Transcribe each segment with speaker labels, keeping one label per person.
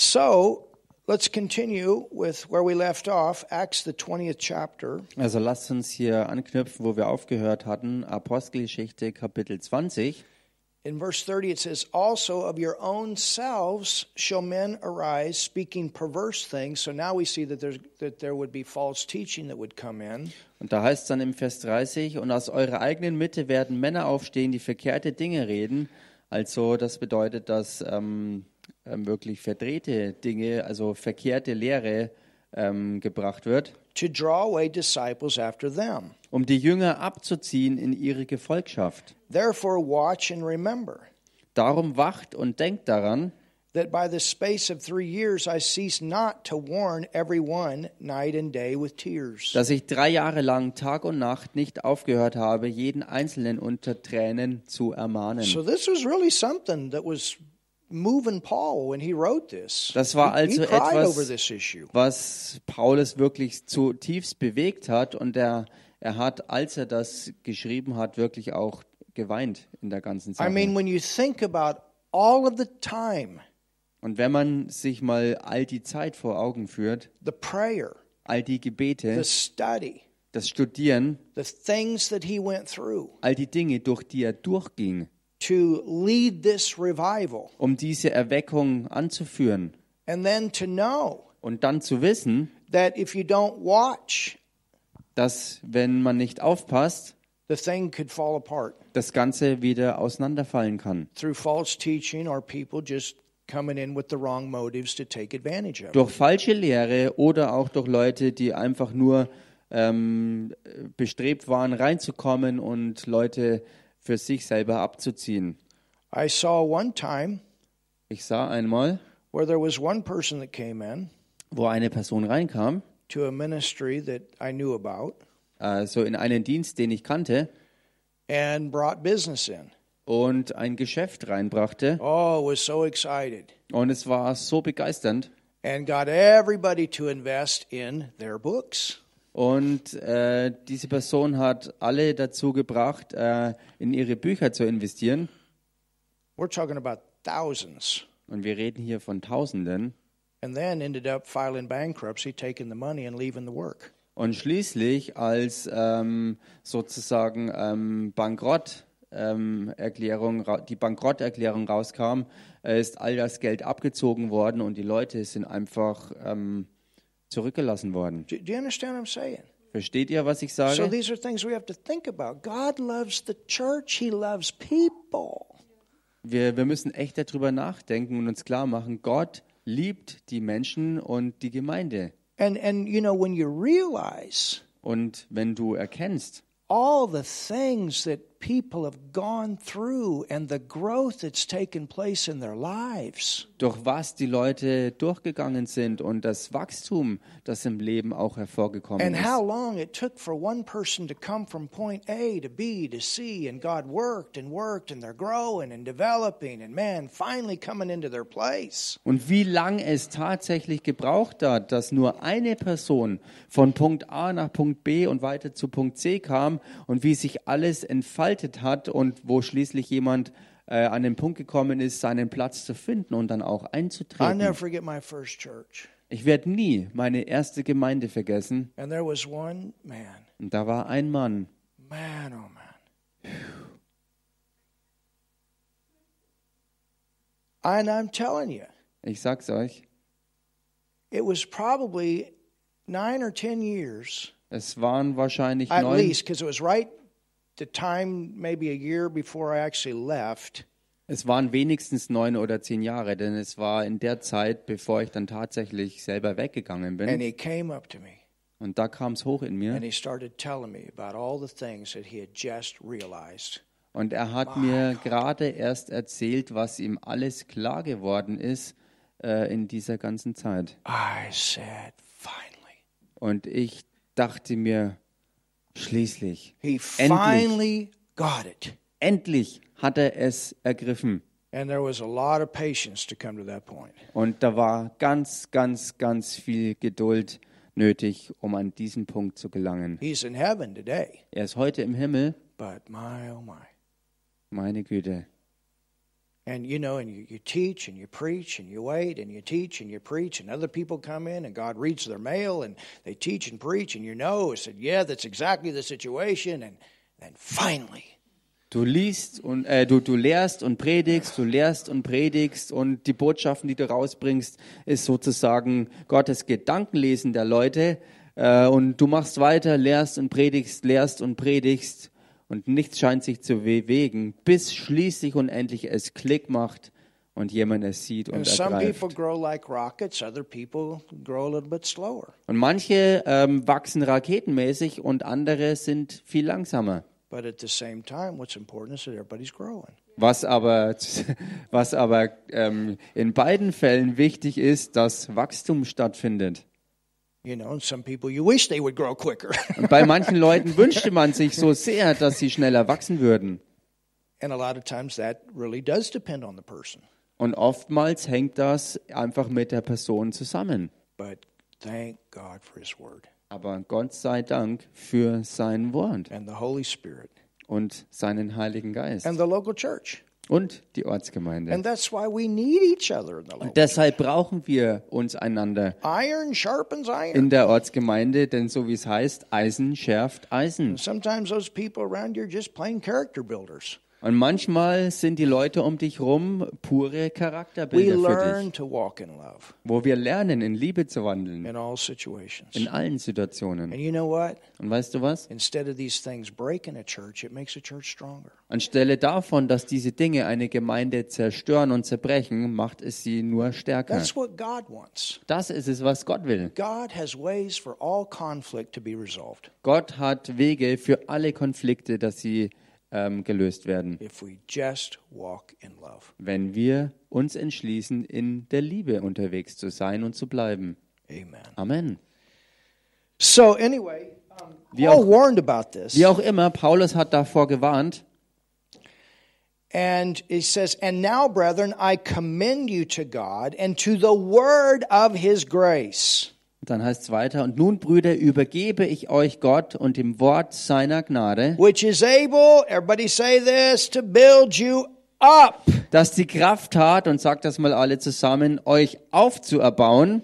Speaker 1: So let's continue with where we left off, Acts, the 20th chapter.
Speaker 2: Also lasst uns hier anknüpfen, wo wir aufgehört hatten, Apostelgeschichte Kapitel 20.
Speaker 1: In verse 30, it says, Also of your own selves shall men arise, speaking perverse things. So now we see that, there's, that there would be false teaching that would come in.
Speaker 2: Und da heißt es dann im Vers 30, und aus eurer eigenen Mitte werden Männer aufstehen, die verkehrte Dinge reden. Also das bedeutet, dass ähm, ähm, wirklich verdrehte Dinge, also verkehrte Lehre ähm, gebracht wird,
Speaker 1: to draw away disciples after them.
Speaker 2: um die Jünger abzuziehen in ihre Gefolgschaft.
Speaker 1: Therefore, watch and remember
Speaker 2: Darum wacht und denkt daran,
Speaker 1: that by the space of three years I cease not to warn everyone night and day with tears.
Speaker 2: dass ich drei Jahre lang Tag und Nacht nicht aufgehört habe, jeden Einzelnen unter Tränen zu ermahnen.
Speaker 1: So this was really something that was moving Paul when he wrote this.
Speaker 2: Das war
Speaker 1: He- he
Speaker 2: also
Speaker 1: cried
Speaker 2: etwas-
Speaker 1: over this issue.
Speaker 2: was Paulus wirklich zutiefst bewegt hat und er, er hat, als er das geschrieben hat, wirklich auch geweint in der ganzen
Speaker 1: I
Speaker 2: Sache.
Speaker 1: mean, when you think about all of the time,
Speaker 2: und wenn man sich mal all die Zeit vor Augen führt,
Speaker 1: the prayer,
Speaker 2: all die Gebete,
Speaker 1: the study,
Speaker 2: das Studieren,
Speaker 1: the things that he went through
Speaker 2: all die Dinge, durch die er durchging,
Speaker 1: to lead this revival,
Speaker 2: um diese Erweckung anzuführen
Speaker 1: and then to know
Speaker 2: und dann zu wissen,
Speaker 1: that if you don't watch,
Speaker 2: dass wenn man nicht aufpasst,
Speaker 1: the thing could fall apart
Speaker 2: das Ganze wieder auseinanderfallen kann.
Speaker 1: through false teaching or people just coming in with the wrong motives to take advantage of. it.
Speaker 2: durch falsche Lehre oder auch durch Leute, die einfach nur ähm, bestrebt waren, reinzukommen und Leute für sich selber abzuziehen.
Speaker 1: I saw one time
Speaker 2: Ich sah einmal,
Speaker 1: where there was one person that came in
Speaker 2: wo eine Person reinkam,
Speaker 1: to a ministry that I knew about
Speaker 2: äh, so in einen Dienst, den ich kannte,
Speaker 1: and brought business in.
Speaker 2: und ein Geschäft reinbrachte.
Speaker 1: Oh, was so excited
Speaker 2: Und es war so begeisternd.
Speaker 1: and got everybody to invest in their books.
Speaker 2: Und äh, diese Person hat alle dazu gebracht, äh, in ihre Bücher zu investieren.
Speaker 1: We're talking about thousands.
Speaker 2: Und wir reden hier von Tausenden.
Speaker 1: And then ended up filing bankruptcy, taking the money and leaving the work.
Speaker 2: Und schließlich als ähm, sozusagen ähm, Bankrott, ähm, Erklärung, ra- die Bankrotterklärung rauskam, äh, ist all das Geld abgezogen worden und die Leute sind einfach ähm, zurückgelassen worden.
Speaker 1: Do, do you understand what I'm saying?
Speaker 2: Versteht ihr, was ich
Speaker 1: So
Speaker 2: sage?
Speaker 1: these are things we have to think about. God loves the church, He loves people.
Speaker 2: Wir, wir müssen echt darüber nachdenken und uns klar machen, Gott liebt die Menschen und die Gemeinde.
Speaker 1: And, and you know, when you realize
Speaker 2: Und wenn du erkennst,
Speaker 1: all the things that people have gone through and the growth that's taken place in their lives,
Speaker 2: durch was die Leute durchgegangen sind und das Wachstum, das im Leben auch hervorgekommen
Speaker 1: and
Speaker 2: ist.
Speaker 1: how long it took for one person to come from point A to B to C, and God worked and worked, and they're growing and developing, and man, finally coming into their place.
Speaker 2: Und wie lang es tatsächlich gebraucht hat, dass nur eine Person von Punkt A nach Punkt B und weiter zu Punkt C kam und wie sich alles entfaltet hat und wo schließlich jemand äh, an den Punkt gekommen ist, seinen Platz zu finden und dann auch
Speaker 1: I'll
Speaker 2: einzutreten.
Speaker 1: never forget my first church.
Speaker 2: Ich werde nie meine erste Gemeinde vergessen.
Speaker 1: And there was one man,
Speaker 2: Und da war ein Mann,
Speaker 1: man, oh man. And I'm telling you,
Speaker 2: ich sag's euch,
Speaker 1: it was probably nine or ten years
Speaker 2: es waren wahrscheinlich
Speaker 1: at
Speaker 2: neun,
Speaker 1: least because it was right the time maybe a year before i actually left
Speaker 2: es waren wenigstens neun oder zehn Jahre, denn es war in der Zeit, bevor ich dann tatsächlich selber weggegangen bin.
Speaker 1: and he came up to me
Speaker 2: Und da kam es hoch in mir.
Speaker 1: and he started telling me about all the things that he had just realized
Speaker 2: Und er hat mir gerade erst erzählt, was ihm alles klar geworden ist äh, in dieser ganzen Zeit.
Speaker 1: i said finally
Speaker 2: Und ich dachte mir, schließlich,
Speaker 1: he
Speaker 2: endlich,
Speaker 1: finally got it
Speaker 2: endlich hat er es ergriffen.
Speaker 1: and there was a lot of patience to come to that point
Speaker 2: Und da war ganz, ganz, ganz viel Geduld nötig, um an diesen Punkt zu gelangen.
Speaker 1: he's in heaven today
Speaker 2: Er ist heute im Himmel,
Speaker 1: but my oh my
Speaker 2: meine Güte.
Speaker 1: And you know, and you, you teach and you preach and you wait and you teach and you preach, and other people come in and God reads their mail and they teach and preach, and you know, said, yeah, that's exactly the situation. And then finally,
Speaker 2: Du liest und äh, du, du lehrst und predigst, du lehrst und predigst und die Botschaften, die du rausbringst, ist sozusagen Gottes Gedankenlesen der Leute. Äh, und du machst weiter, lehrst und predigst, lehrst und predigst und nichts scheint sich zu bewegen, bis schließlich und endlich es Klick macht und jemand es sieht und
Speaker 1: and some
Speaker 2: ergreift.
Speaker 1: people grow like rockets, other people grow a little bit slower.
Speaker 2: Und manche ähm, wachsen raketenmäßig und andere sind viel langsamer.
Speaker 1: But at the same time, what's important is that everybody's growing.
Speaker 2: Was aber, was aber ähm, in beiden Fällen wichtig ist, dass Wachstum stattfindet.
Speaker 1: You know, and some people you wish they would grow quicker.
Speaker 2: Und bei manchen Leuten wünschte man sich so sehr, dass sie schneller wachsen würden.
Speaker 1: and a lot of times that really does depend on the person.
Speaker 2: Und oftmals hängt das einfach mit der Person zusammen.
Speaker 1: But thank God for His Word
Speaker 2: Aber Gott sei Dank für sein Wort
Speaker 1: and the Holy Spirit
Speaker 2: und seinen Heiligen Geist
Speaker 1: and the local church.
Speaker 2: und die Ortsgemeinde.
Speaker 1: And that's why we need each other in the local.
Speaker 2: Deshalb brauchen wir uns einander
Speaker 1: Iron sharpens iron.
Speaker 2: in der Ortsgemeinde, denn so wie es heißt, Eisen schärft Eisen.
Speaker 1: Sometimes those people around you are just plain character builders.
Speaker 2: Und manchmal sind die Leute um dich rum pure
Speaker 1: We
Speaker 2: Charakterbilder für dich,
Speaker 1: learn to walk in love
Speaker 2: wo wir lernen, in Liebe zu wandeln,
Speaker 1: in all situations.
Speaker 2: in allen Situationen.
Speaker 1: And you know what?
Speaker 2: Und weißt du was?
Speaker 1: Instead of these things breaking a church, it makes a church stronger.
Speaker 2: Anstelle davon, dass diese Dinge eine Gemeinde zerstören und zerbrechen, macht es sie nur stärker.
Speaker 1: That's what God wants.
Speaker 2: Das ist es, was Gott will.
Speaker 1: God has ways for all conflict to be resolved
Speaker 2: Gott hat Wege für alle Konflikte, dass sie ähm, gelöst werden,
Speaker 1: if we just walk in love.
Speaker 2: wenn wir uns entschließen, in der Liebe unterwegs zu sein und zu bleiben.
Speaker 1: Amen.
Speaker 2: Amen.
Speaker 1: So, anyway, um,
Speaker 2: Wie
Speaker 1: Paul
Speaker 2: auch-
Speaker 1: warned about this.
Speaker 2: Wie auch immer, Paulus hat davor gewarnt,
Speaker 1: And he says, And now, brethren, I commend you to God and to the word of his grace.
Speaker 2: Und Dann heißt es weiter, und nun, Brüder, übergebe ich euch Gott und dem Wort seiner Gnade,
Speaker 1: which is able, everybody say this, to build you up
Speaker 2: dass die Kraft hat, und sagt das mal alle zusammen, euch aufzuerbauen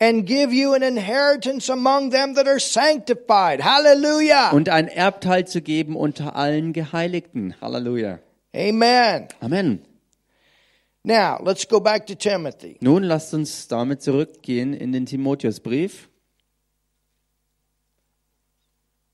Speaker 1: and give you an inheritance among them that are sanctified. Hallelujah.
Speaker 2: und ein Erbteil zu geben unter allen Geheiligten. Halleluja.
Speaker 1: Amen.
Speaker 2: Amen.
Speaker 1: Now, let's go back to Timothy.
Speaker 2: Nun lasst uns damit zurückgehen in den Timotheusbrief.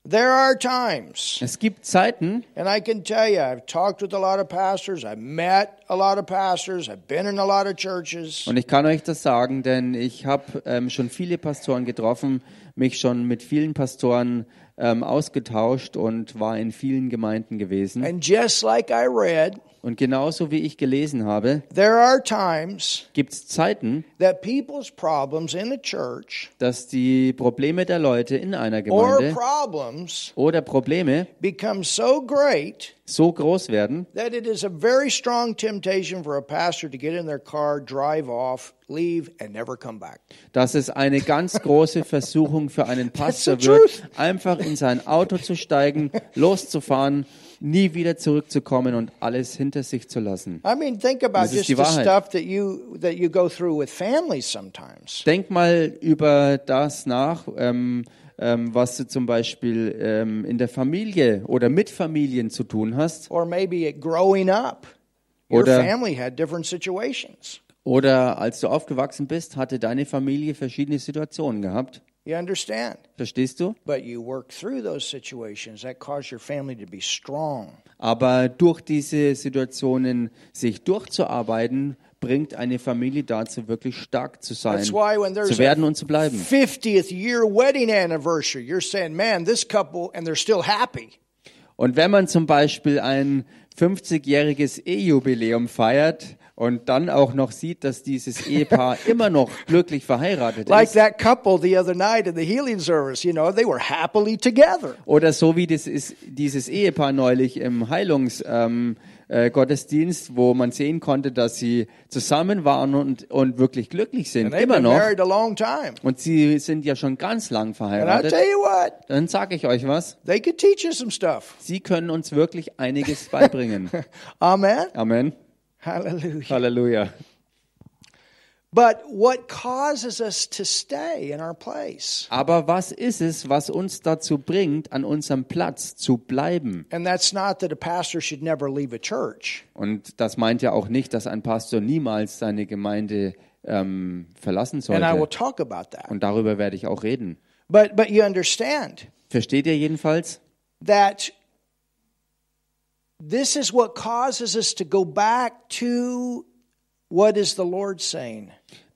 Speaker 1: There are times,
Speaker 2: Es gibt Zeiten,
Speaker 1: and I can tell you, I've talked with a lot of pastors, I've met a lot of pastors, I've been in a lot of churches,
Speaker 2: und ich kann euch das sagen, denn ich habe ähm, schon viele Pastoren getroffen, mich schon mit vielen Pastoren ähm, ausgetauscht und war in vielen Gemeinden gewesen.
Speaker 1: and just like I read,
Speaker 2: Und genauso wie ich gelesen habe,
Speaker 1: there are times
Speaker 2: gibt es Zeiten,
Speaker 1: that people's problems in a church
Speaker 2: dass die Probleme der Leute in einer
Speaker 1: or
Speaker 2: Gemeinde
Speaker 1: problems
Speaker 2: oder Probleme
Speaker 1: become so great
Speaker 2: so groß werden,
Speaker 1: that it is a very strong temptation for a pastor to get in their car, drive off, leave, and never come back.
Speaker 2: dass es eine ganz große Versuchung für einen Pastor
Speaker 1: the
Speaker 2: wird, einfach in sein Auto zu steigen, loszufahren, nie wieder zurückzukommen und alles hinter sich zu lassen.
Speaker 1: I mean, think about
Speaker 2: Das ist
Speaker 1: just
Speaker 2: die
Speaker 1: the
Speaker 2: Wahrheit.
Speaker 1: stuff that you that you go through with families sometimes.
Speaker 2: Denk mal über das nach, ähm, ähm, was du zum Beispiel ähm, in der Familie oder mit Familien zu tun hast.
Speaker 1: Or maybe it growing up. Your
Speaker 2: Oder-
Speaker 1: family had different situations.
Speaker 2: Oder als du aufgewachsen bist, hatte deine Familie verschiedene Situationen gehabt.
Speaker 1: You understand?
Speaker 2: Verstehst du?
Speaker 1: But you work through those situations. That caused your family to be strong.
Speaker 2: Aber durch diese Situationen sich durchzuarbeiten, bringt eine Familie dazu, wirklich stark zu sein,
Speaker 1: That's why when there's
Speaker 2: zu werden und zu bleiben.
Speaker 1: 50th year wedding anniversary, you're saying, man, this couple, and they're still happy.
Speaker 2: Und wenn man zum Beispiel ein 50-jähriges Ehejubiläum feiert und dann auch noch sieht, dass dieses Ehepaar immer noch glücklich verheiratet
Speaker 1: Like
Speaker 2: ist,
Speaker 1: that couple the other night in the healing service, you know, they were happily together.
Speaker 2: Oder so wie das ist, dieses Ehepaar neulich im Heilungsgottesdienst, ähm, äh, Gottesdienst, wo man sehen konnte, dass sie zusammen waren und, und wirklich glücklich sind,
Speaker 1: And they've
Speaker 2: immer
Speaker 1: been
Speaker 2: noch.
Speaker 1: married a long time.
Speaker 2: Und sie sind ja schon ganz lang
Speaker 1: And I'll
Speaker 2: verheiratet.
Speaker 1: tell you what,
Speaker 2: Dann sage ich euch was,
Speaker 1: they could teach you some stuff.
Speaker 2: sie können uns wirklich einiges beibringen.
Speaker 1: Amen.
Speaker 2: Amen.
Speaker 1: Hallelujah.
Speaker 2: Halleluja.
Speaker 1: But what causes us to stay in our place?
Speaker 2: Aber was ist es, was uns dazu bringt, an unserem Platz zu bleiben?
Speaker 1: And that's not that a pastor should never leave a church.
Speaker 2: Und das meint ja auch nicht, dass ein Pastor niemals seine Gemeinde ähm, verlassen
Speaker 1: And I will
Speaker 2: sollte.
Speaker 1: talk about that.
Speaker 2: Und darüber werde ich auch reden.
Speaker 1: But but you understand
Speaker 2: Versteht ihr jedenfalls?
Speaker 1: that this is what causes us to go back to what is the Lord saying?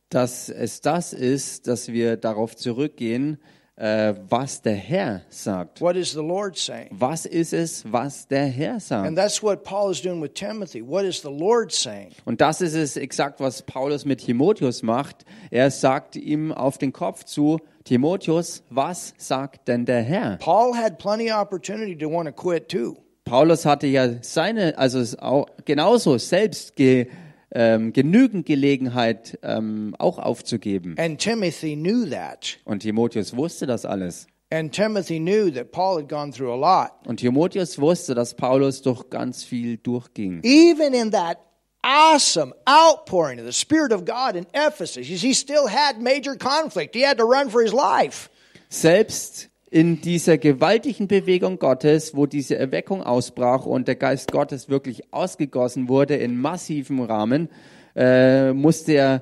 Speaker 2: Dass es das ist, dass wir darauf zurückgehen, äh, was der Herr sagt.
Speaker 1: What is the Lord saying?
Speaker 2: Was ist es, was der Herr sagt?
Speaker 1: And that's what Paul is doing with Timothy. What is the Lord saying?
Speaker 2: Und das ist es exakt, was Paulus mit Timotheus macht. Er sagt ihm auf den Kopf zu, Timotheus, was sagt denn der Herr?
Speaker 1: Paul had plenty of opportunity to want to quit too.
Speaker 2: Paulus hatte ja seine, also es auch genauso selbst ge, ähm, genügend Gelegenheit, ähm, auch aufzugeben.
Speaker 1: And Timothy knew that.
Speaker 2: Und Timotheus wusste das alles.
Speaker 1: And Timothy knew that Paul had gone through a lot.
Speaker 2: Und Timotheus wusste, dass Paulus durch ganz viel durchging.
Speaker 1: Even in that awesome outpouring of the Spirit of God in Ephesus, he still had major conflict. He had to run for his life.
Speaker 2: Selbst in dieser gewaltigen Bewegung Gottes, wo diese Erweckung ausbrach und der Geist Gottes wirklich ausgegossen wurde in massivem Rahmen, äh, musste er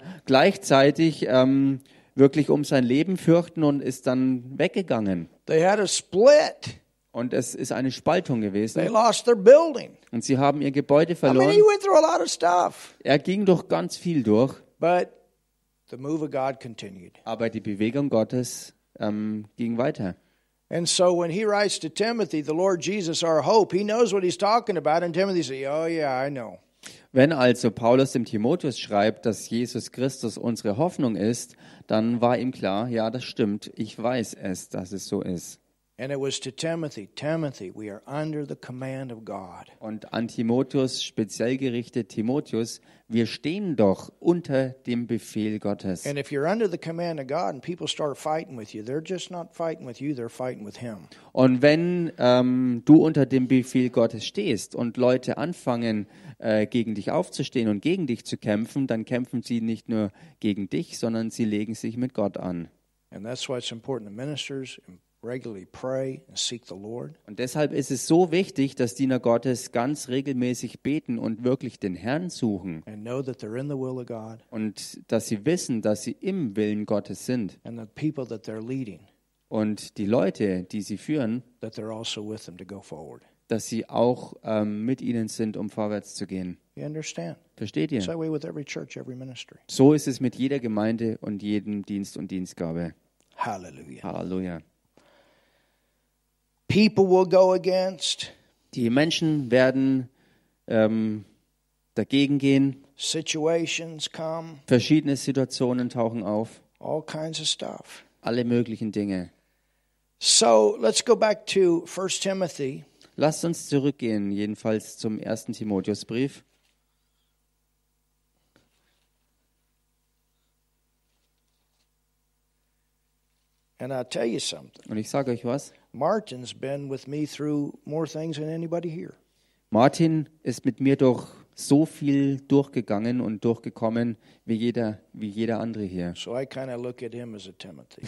Speaker 2: gleichzeitig ähm, wirklich um sein Leben fürchten und ist dann weggegangen.
Speaker 1: They had a split,
Speaker 2: Und es ist eine Spaltung
Speaker 1: they
Speaker 2: gewesen.
Speaker 1: lost their building.
Speaker 2: Und sie haben ihr Gebäude
Speaker 1: I mean,
Speaker 2: verloren.
Speaker 1: he went through a lot of stuff.
Speaker 2: Er ging durch ganz viel durch,
Speaker 1: But the move of God continued.
Speaker 2: aber die Bewegung Gottes ähm, ging weiter.
Speaker 1: And so when he writes to Timothy, the Lord Jesus, our hope, he knows what he's talking about. And Timothy says, Oh, yeah, I know.
Speaker 2: Wenn also Paulus dem Timotheus schreibt, dass Jesus Christus unsere Hoffnung ist, dann war ihm klar, ja, das stimmt, ich weiß es, dass es so ist.
Speaker 1: And it was to Timothy, Timothy, we are under the command of God.
Speaker 2: Und an Timotheus, speziell gerichtet Timotheus, wir stehen doch unter dem Befehl Gottes.
Speaker 1: And if you're under the command of God and people start fighting with you, they're just not fighting with you, they're fighting with Him.
Speaker 2: Und wenn ähm, du unter dem Befehl Gottes stehst und Leute anfangen, äh, gegen dich aufzustehen und gegen dich zu kämpfen, dann kämpfen sie nicht nur gegen dich, sondern sie legen sich mit Gott an.
Speaker 1: And that's why it's important that ministers regularly pray and seek the Lord.
Speaker 2: Und deshalb ist es so wichtig, dass Diener Gottes ganz regelmäßig beten und wirklich den Herrn suchen
Speaker 1: And know that they're in the will of God
Speaker 2: und dass sie wissen, dass sie im Willen Gottes sind
Speaker 1: and the people that they're leading,
Speaker 2: und die Leute, die sie führen,
Speaker 1: that they're also with them to go forward.
Speaker 2: dass sie auch ähm, mit ihnen sind, um vorwärts zu gehen.
Speaker 1: You understand?
Speaker 2: Versteht
Speaker 1: It's
Speaker 2: ihr?
Speaker 1: that way with every church, every ministry.
Speaker 2: So ist es mit jeder Gemeinde und jedem Dienst und Dienstgabe.
Speaker 1: Hallelujah.
Speaker 2: Halleluja.
Speaker 1: People will go against,
Speaker 2: Die Menschen werden ähm, dagegen gehen,
Speaker 1: situations come,
Speaker 2: verschiedene Situationen tauchen auf,
Speaker 1: all kinds of stuff.
Speaker 2: alle möglichen Dinge.
Speaker 1: So let's go back to 1 Timothy
Speaker 2: Lasst uns zurückgehen, jedenfalls zum ersten Timotheusbrief.
Speaker 1: and I'll tell you something.
Speaker 2: Und ich sage euch was.
Speaker 1: Martin's been with me through more things than anybody here.
Speaker 2: Martin ist mit mir durch so viel durchgegangen und durchgekommen wie jeder, wie jeder andere hier.
Speaker 1: So I kind of look at him as a Timothy.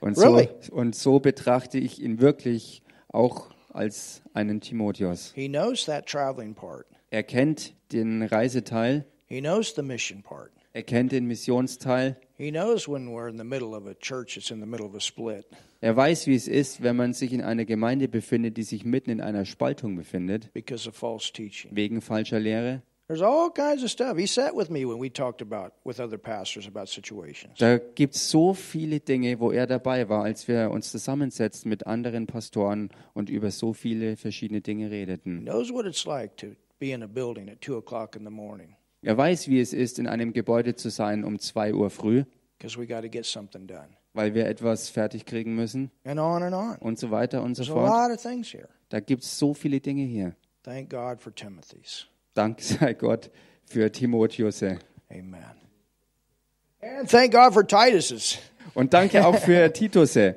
Speaker 2: Und
Speaker 1: Really?
Speaker 2: so, und so betrachte ich ihn wirklich auch als einen Timotheus.
Speaker 1: he knows that traveling part,
Speaker 2: Er kennt den Reiseteil,
Speaker 1: he knows the mission part.
Speaker 2: er kennt den Missionsteil,
Speaker 1: He knows when we're in the middle of a church that's in the middle of a split.
Speaker 2: er weiß, wie es ist, wenn man sich in einer Gemeinde befindet, die sich mitten in einer Spaltung befindet,
Speaker 1: Because of false teaching.
Speaker 2: wegen falscher Lehre.
Speaker 1: There's all kinds of stuff. He sat with me when we talked about with other pastors about situations.
Speaker 2: Da gibt es so viele Dinge, wo er dabei war, als wir uns zusammensetzten mit anderen Pastoren und über so viele verschiedene Dinge
Speaker 1: He
Speaker 2: redeten.
Speaker 1: knows what it's like to be in a building at two o'clock in the morning
Speaker 2: Er weiß, wie es ist, in einem Gebäude zu sein um 2 Uhr früh,
Speaker 1: because we got to get something done.
Speaker 2: weil wir etwas fertig kriegen müssen
Speaker 1: And on and on.
Speaker 2: und so weiter und so
Speaker 1: There's a
Speaker 2: fort.
Speaker 1: lot of things here.
Speaker 2: Da gibt es so viele Dinge hier.
Speaker 1: Thank God for Timothy's.
Speaker 2: Dank sei Gott für Timotheus.
Speaker 1: Amen. And thank God for Titus's.
Speaker 2: Und danke auch für Titus.
Speaker 1: That's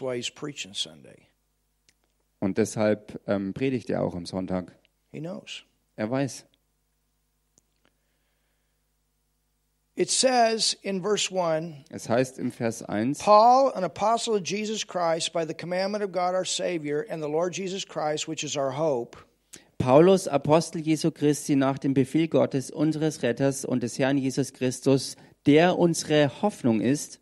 Speaker 1: why he's preaching Sunday.
Speaker 2: Und deshalb ähm, predigt er auch am Sonntag.
Speaker 1: He knows.
Speaker 2: Er weiß.
Speaker 1: It says in verse 1
Speaker 2: Es heißt im Vers 1,
Speaker 1: Paul, an apostle of Jesus Christ, by the commandment of God our Savior and the Lord Jesus Christ, which is our hope,
Speaker 2: Paulus, Apostel Jesu Christi, nach dem Befehl Gottes, unseres Retters und des Herrn Jesus Christus, der unsere Hoffnung ist,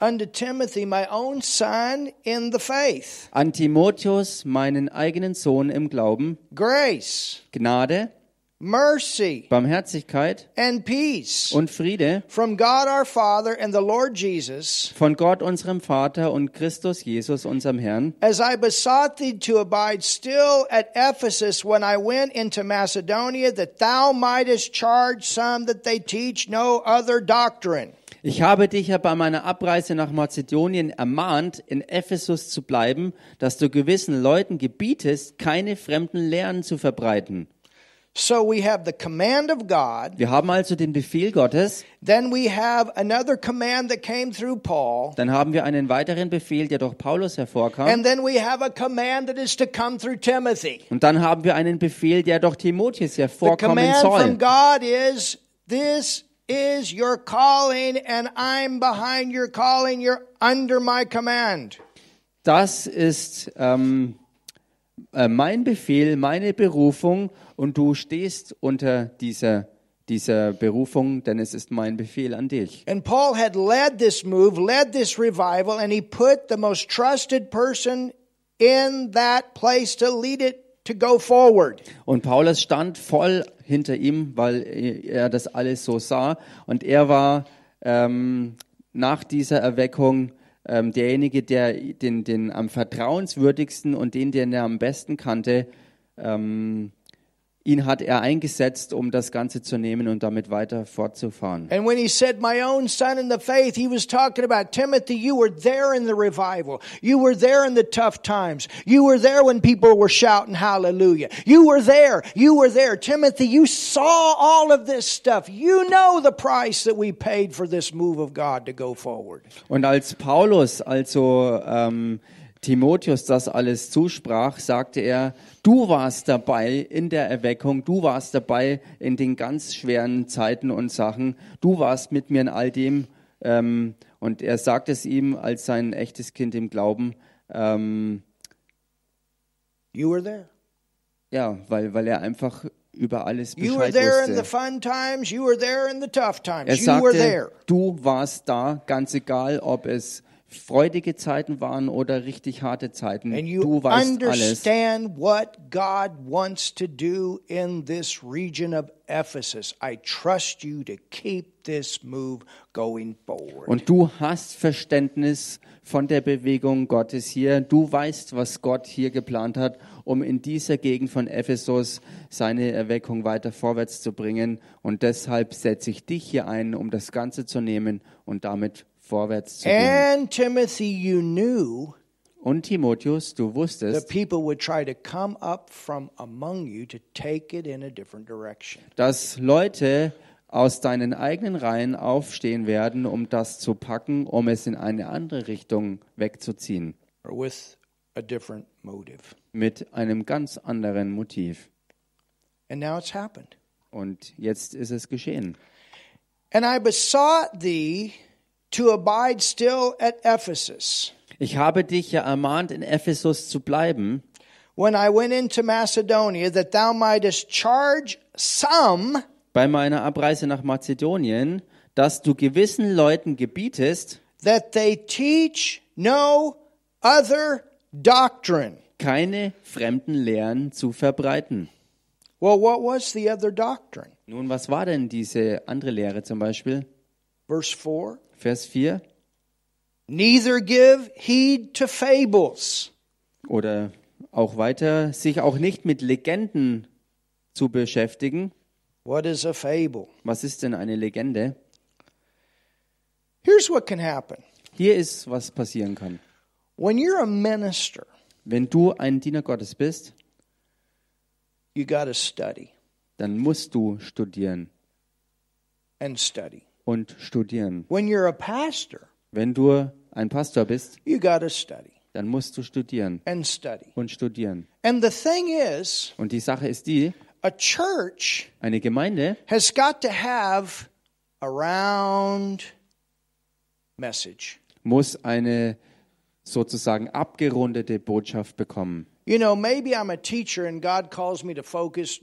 Speaker 1: unto Timothy, my own son in the faith,
Speaker 2: an Timotheus, meinen eigenen Sohn im Glauben,
Speaker 1: grace,
Speaker 2: Gnade,
Speaker 1: mercy,
Speaker 2: Barmherzigkeit
Speaker 1: and peace
Speaker 2: und Friede
Speaker 1: from God our Father and the Lord Jesus.
Speaker 2: von Gott unserem Vater und Christus Jesus unserem Herrn,
Speaker 1: As I besought thee to abide still at Ephesus when I went into Macedonia, that thou mightest charge some that they teach no other doctrine.
Speaker 2: Ich habe dich ja bei meiner Abreise nach Mazedonien ermahnt, in Ephesus zu bleiben, dass du gewissen Leuten gebietest, keine fremden Lehren zu verbreiten.
Speaker 1: So we have the command of God.
Speaker 2: Wir haben also den Befehl Gottes,
Speaker 1: Then we have another command that came through Paul.
Speaker 2: dann haben wir einen weiteren Befehl, der durch Paulus hervorkam,
Speaker 1: And then we have a command that is to come through Timothy.
Speaker 2: und dann haben wir einen Befehl, der durch Timotheus
Speaker 1: The
Speaker 2: hervorkommen
Speaker 1: command from
Speaker 2: soll.
Speaker 1: God is this is your calling, and I'm behind your calling. You're under my command.
Speaker 2: Das ist ähm, äh, mein Befehl, meine Berufung, und du stehst unter dieser, dieser Berufung, denn es ist mein Befehl an dich.
Speaker 1: And Paul had led this move, led this revival, and he put the most trusted person in that place to lead it to go forward.
Speaker 2: Und Paulus stand voll hinter ihm, weil er das alles so sah. Und er war ähm, nach dieser Erweckung ähm, derjenige, der den, den am vertrauenswürdigsten und den, den er am besten kannte, ähm, ihn hat er eingesetzt, um das Ganze zu nehmen und damit weiter fortzufahren.
Speaker 1: And when he said, My own son in the faith, he was talking about Timothy, you were there in the revival. You were there in the tough times. You were there when people were shouting hallelujah. You were there. You were there. Timothy, you saw all of this stuff. You know the price that we paid for this move of God to go forward.
Speaker 2: Und als Paulus, also ähm, Timotheus, das alles zusprach, sagte er, du warst dabei in der Erweckung, du warst dabei in den ganz schweren Zeiten und Sachen, du warst mit mir in all dem. Ähm, und er sagt es ihm als sein echtes Kind im Glauben, ähm,
Speaker 1: You were there.
Speaker 2: ja, weil, weil er einfach über alles
Speaker 1: You were
Speaker 2: Bescheid
Speaker 1: there in the
Speaker 2: wusste.
Speaker 1: fun times. You were there in the tough times.
Speaker 2: Er
Speaker 1: you were
Speaker 2: sagte,
Speaker 1: there.
Speaker 2: du warst da, ganz egal, ob es freudige Zeiten waren oder richtig harte Zeiten.
Speaker 1: And you
Speaker 2: Du weißt alles.
Speaker 1: understand what God wants to do in this region of Ephesus. I trust you to keep this move going forward.
Speaker 2: Und du hast Verständnis von der Bewegung Gottes hier. Du weißt, was Gott hier geplant hat, um in dieser Gegend von Ephesus seine Erweckung weiter vorwärts zu bringen. Und deshalb setze ich dich hier ein, um das Ganze zu nehmen und damit vorwärts zu gehen.
Speaker 1: and Timothy, you knew
Speaker 2: Und Timotheus, du
Speaker 1: the
Speaker 2: wusstest,
Speaker 1: people would try to come up from among you to take it in a different direction.
Speaker 2: dass Leute aus deinen eigenen Reihen aufstehen werden, um das zu packen, um es in eine andere Richtung wegzuziehen,
Speaker 1: or with a different motive.
Speaker 2: mit einem ganz anderen Motiv.
Speaker 1: And now it's happened.
Speaker 2: Und jetzt ist es geschehen.
Speaker 1: And I besought thee to abide still at Ephesus
Speaker 2: Ich habe dich ja ermahnt, in Ephesus zu bleiben,
Speaker 1: when I went into Macedonia, that thou mightest charge some
Speaker 2: bei meiner Abreise nach Mazedonien, dass du gewissen Leuten gebietest,
Speaker 1: that they teach no other doctrine.
Speaker 2: keine fremden Lehren zu verbreiten.
Speaker 1: Well, what was the other doctrine?
Speaker 2: Nun, was war denn diese andere Lehre zum Beispiel?
Speaker 1: Verse 4
Speaker 2: Vers 4
Speaker 1: Neither give heed to fables.
Speaker 2: oder auch weiter, sich auch nicht mit Legenden zu beschäftigen.
Speaker 1: What is a fable?
Speaker 2: Was ist denn eine Legende?
Speaker 1: Here's what can happen
Speaker 2: Hier ist, was passieren kann.
Speaker 1: when you're a minister,
Speaker 2: Wenn du ein Diener Gottes bist,
Speaker 1: you got to study
Speaker 2: dann musst du studieren.
Speaker 1: and study.
Speaker 2: und studieren.
Speaker 1: When you're a pastor,
Speaker 2: Wenn du ein Pastor bist,
Speaker 1: you got to study.
Speaker 2: dann musst du studieren
Speaker 1: and study.
Speaker 2: und studieren.
Speaker 1: And the thing is,
Speaker 2: Und die Sache ist die,
Speaker 1: a church
Speaker 2: eine Gemeinde
Speaker 1: has got to have a round message.
Speaker 2: muss eine sozusagen abgerundete Botschaft bekommen.
Speaker 1: You know, maybe I'm a teacher and God calls me to focus